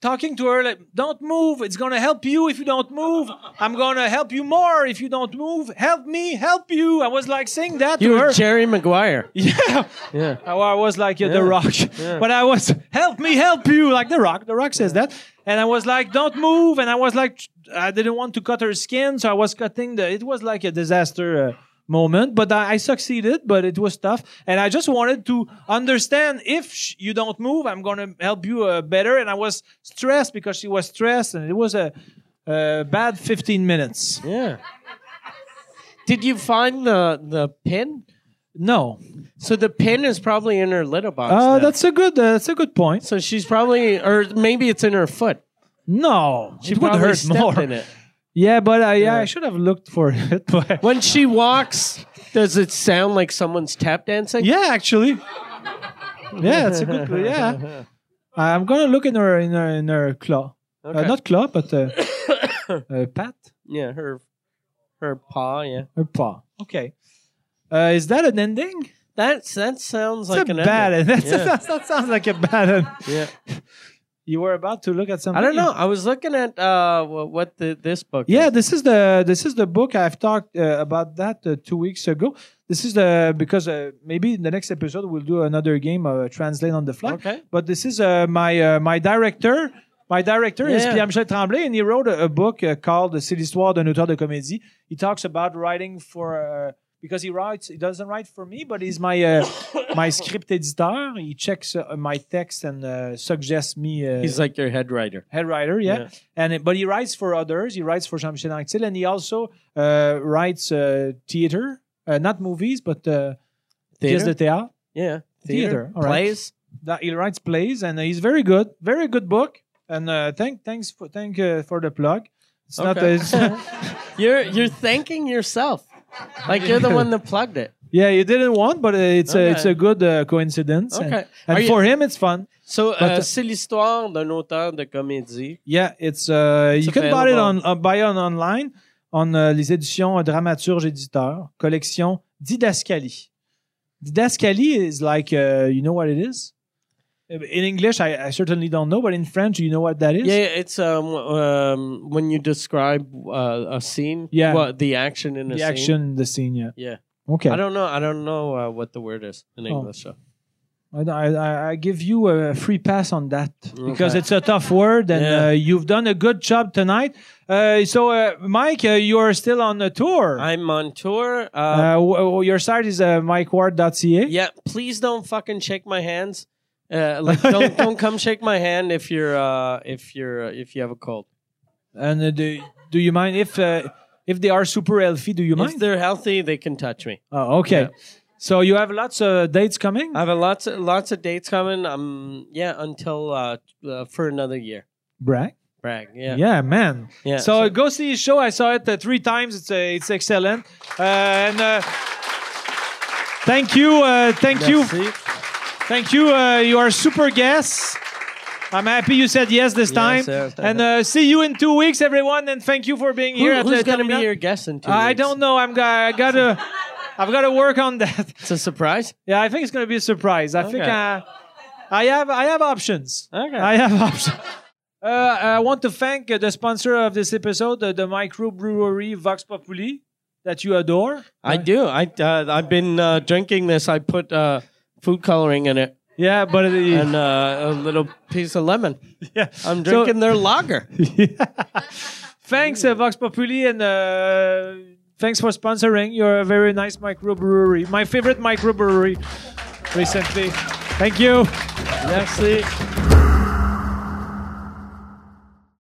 talking to her like don't move it's going to help you if you don't move i'm going to help you more if you don't move help me help you i was like saying that
You
to her
were Jerry Maguire.
yeah
Yeah.
I, I was like uh, the rock but i was help me help you like the rock the rock says that and i was like don't move and i was like i didn't want to cut her skin so i was cutting the it was like a disaster uh, moment but I, I succeeded but it was tough and i just wanted to understand if sh- you don't move i'm gonna help you uh, better and i was stressed because she was stressed and it was a uh, bad 15 minutes
Yeah. Did you find the the pin?
no
So the pin is probably in her litter box.
uh,
now.
that's a good uh, that's a good point
so she's probably, or maybe it's in her foot.
no
She
it would
probably
hurt
stepped
more
in it.
Yeah, but I, I should have looked for it. But
When she walks, does it sound like someone's tap dancing?
yeah, actually, yeah, it's a good. Yeah, I'm gonna look in her in her in her claw. Uh,
Okay.
not claw, but uh, uh, pat
Yeah, her her paw. Yeah,
or paw. Okay. Uh, is that an ending?
that's that sounds
That's
like
a
an
bad
ending.
end. That's
Yeah.
that's- that sounds like a bad end.
Yeah.
You were about to look at something.
I don't know. I was looking at uh wha- what the, this book.
Yeah,
is.
this is the this is the book I've talked uh, about that uh, two weeks ago. This is the because uh, maybe in the next episode we'll do another game uh, translate on the fly.
Okay.
But this is uh, my uh, my director. My director is
Yeah.
Pierre Michel Tremblay, and he wrote a, a book uh, called "C'est l'histoire d'un auteur de comédie." He talks about writing for uh, because he writes he doesn't write for me, but he's my uh, my script editor. He checks uh, my text and uh, suggests me. Uh,
he's like your head writer.
head writer, yeah.
Yeah.
And it- but he writes for others. He writes for Jean-Michel Anctil, and he also uh, writes uh, theater, uh, not movies, but uh, pièces de théâtre.
Yeah,
Theater, all right.
plays.
That he writes plays, and he's very good. Very good book. And uh, thank thanks for, thank uh, for the plug. It's not.
Okay.
it's not-
You're you're thanking yourself, like you're the one that plugged it.
yeah, you didn't want, but uh, it's a, it's
Okay.
a good uh, coincidence. And,
Okay. Are
and
you-
for him, it's fun.
So
But,
uh,
uh,
c'est l'histoire d'un auteur de comédie.
Yeah, it's uh, you can buy it on
available.
uh, buy it on online on uh, les éditions Dramaturge Éditeur, collection Didascalie. Didascalie is like uh, you know what it is? Uh, In English, I, I certainly don't know, but in French, you know what that is?
Yeah, it's um, um when you describe uh, a scene.
Yeah.
what, the action in a
the
scene.
action, the scene. Yeah.
Yeah.
Okay.
I don't know. I don't know uh, what the word is in
Oh.
English. so.
I, I, I give you a free pass on that because
Okay.
it's a tough word and
Yeah.
uh, you've done a good job tonight. Uh, so, uh, Mike, uh, you're still on the tour.
I'm on tour. Uh,
uh, w- w- your site is uh, mikeward.ca.
yeah, please don't fucking shake my hands. Uh, like don't don't come shake my hand if you're uh, if you're uh, if you have a cold.
And uh, do, do you mind if uh, if they are super healthy? Do you
If
mind?
they're healthy, they can touch me.
Oh, okay.
Yeah. Uh,
So you have lots of dates coming.
I have a lots of, lots of dates coming. Um, yeah, until uh, uh for another year.
Brag.
Brag.
Yeah,
Yeah,
man.
yeah.
so, go see his show. I saw it uh, three times. It's uh, it's excellent. Uh, and uh, thank you, uh, thank you,
Merci.
thank you. Uh, you are super guests. I'm happy you said yes this time.
yes.
and uh, see you in two weeks, everyone. And thank you for being
Who-
here. at the
who's gonna
Terminal.
be your guest in two?
I
weeks?
don't know. I'm. Go- I gotta. I've got to work on that.
It's a surprise.
Yeah, I think it's gonna be a surprise. I think
Okay.
uh, I have I have options.
Okay.
I have options. Uh, I want to thank uh, the sponsor of this episode, uh, the microbrewery Vox Populi, that you adore.
I do. I uh, I've been uh, drinking this. I put uh, food coloring in it
Yeah, but uh,
and uh, a little piece of lemon.
yeah.
I'm
So-
drinking their lager.
thanks, uh, Vox Populi, and uh, thanks for sponsoring. You're a very nice microbrewery, my favorite microbrewery recently. Thank you.
Merci.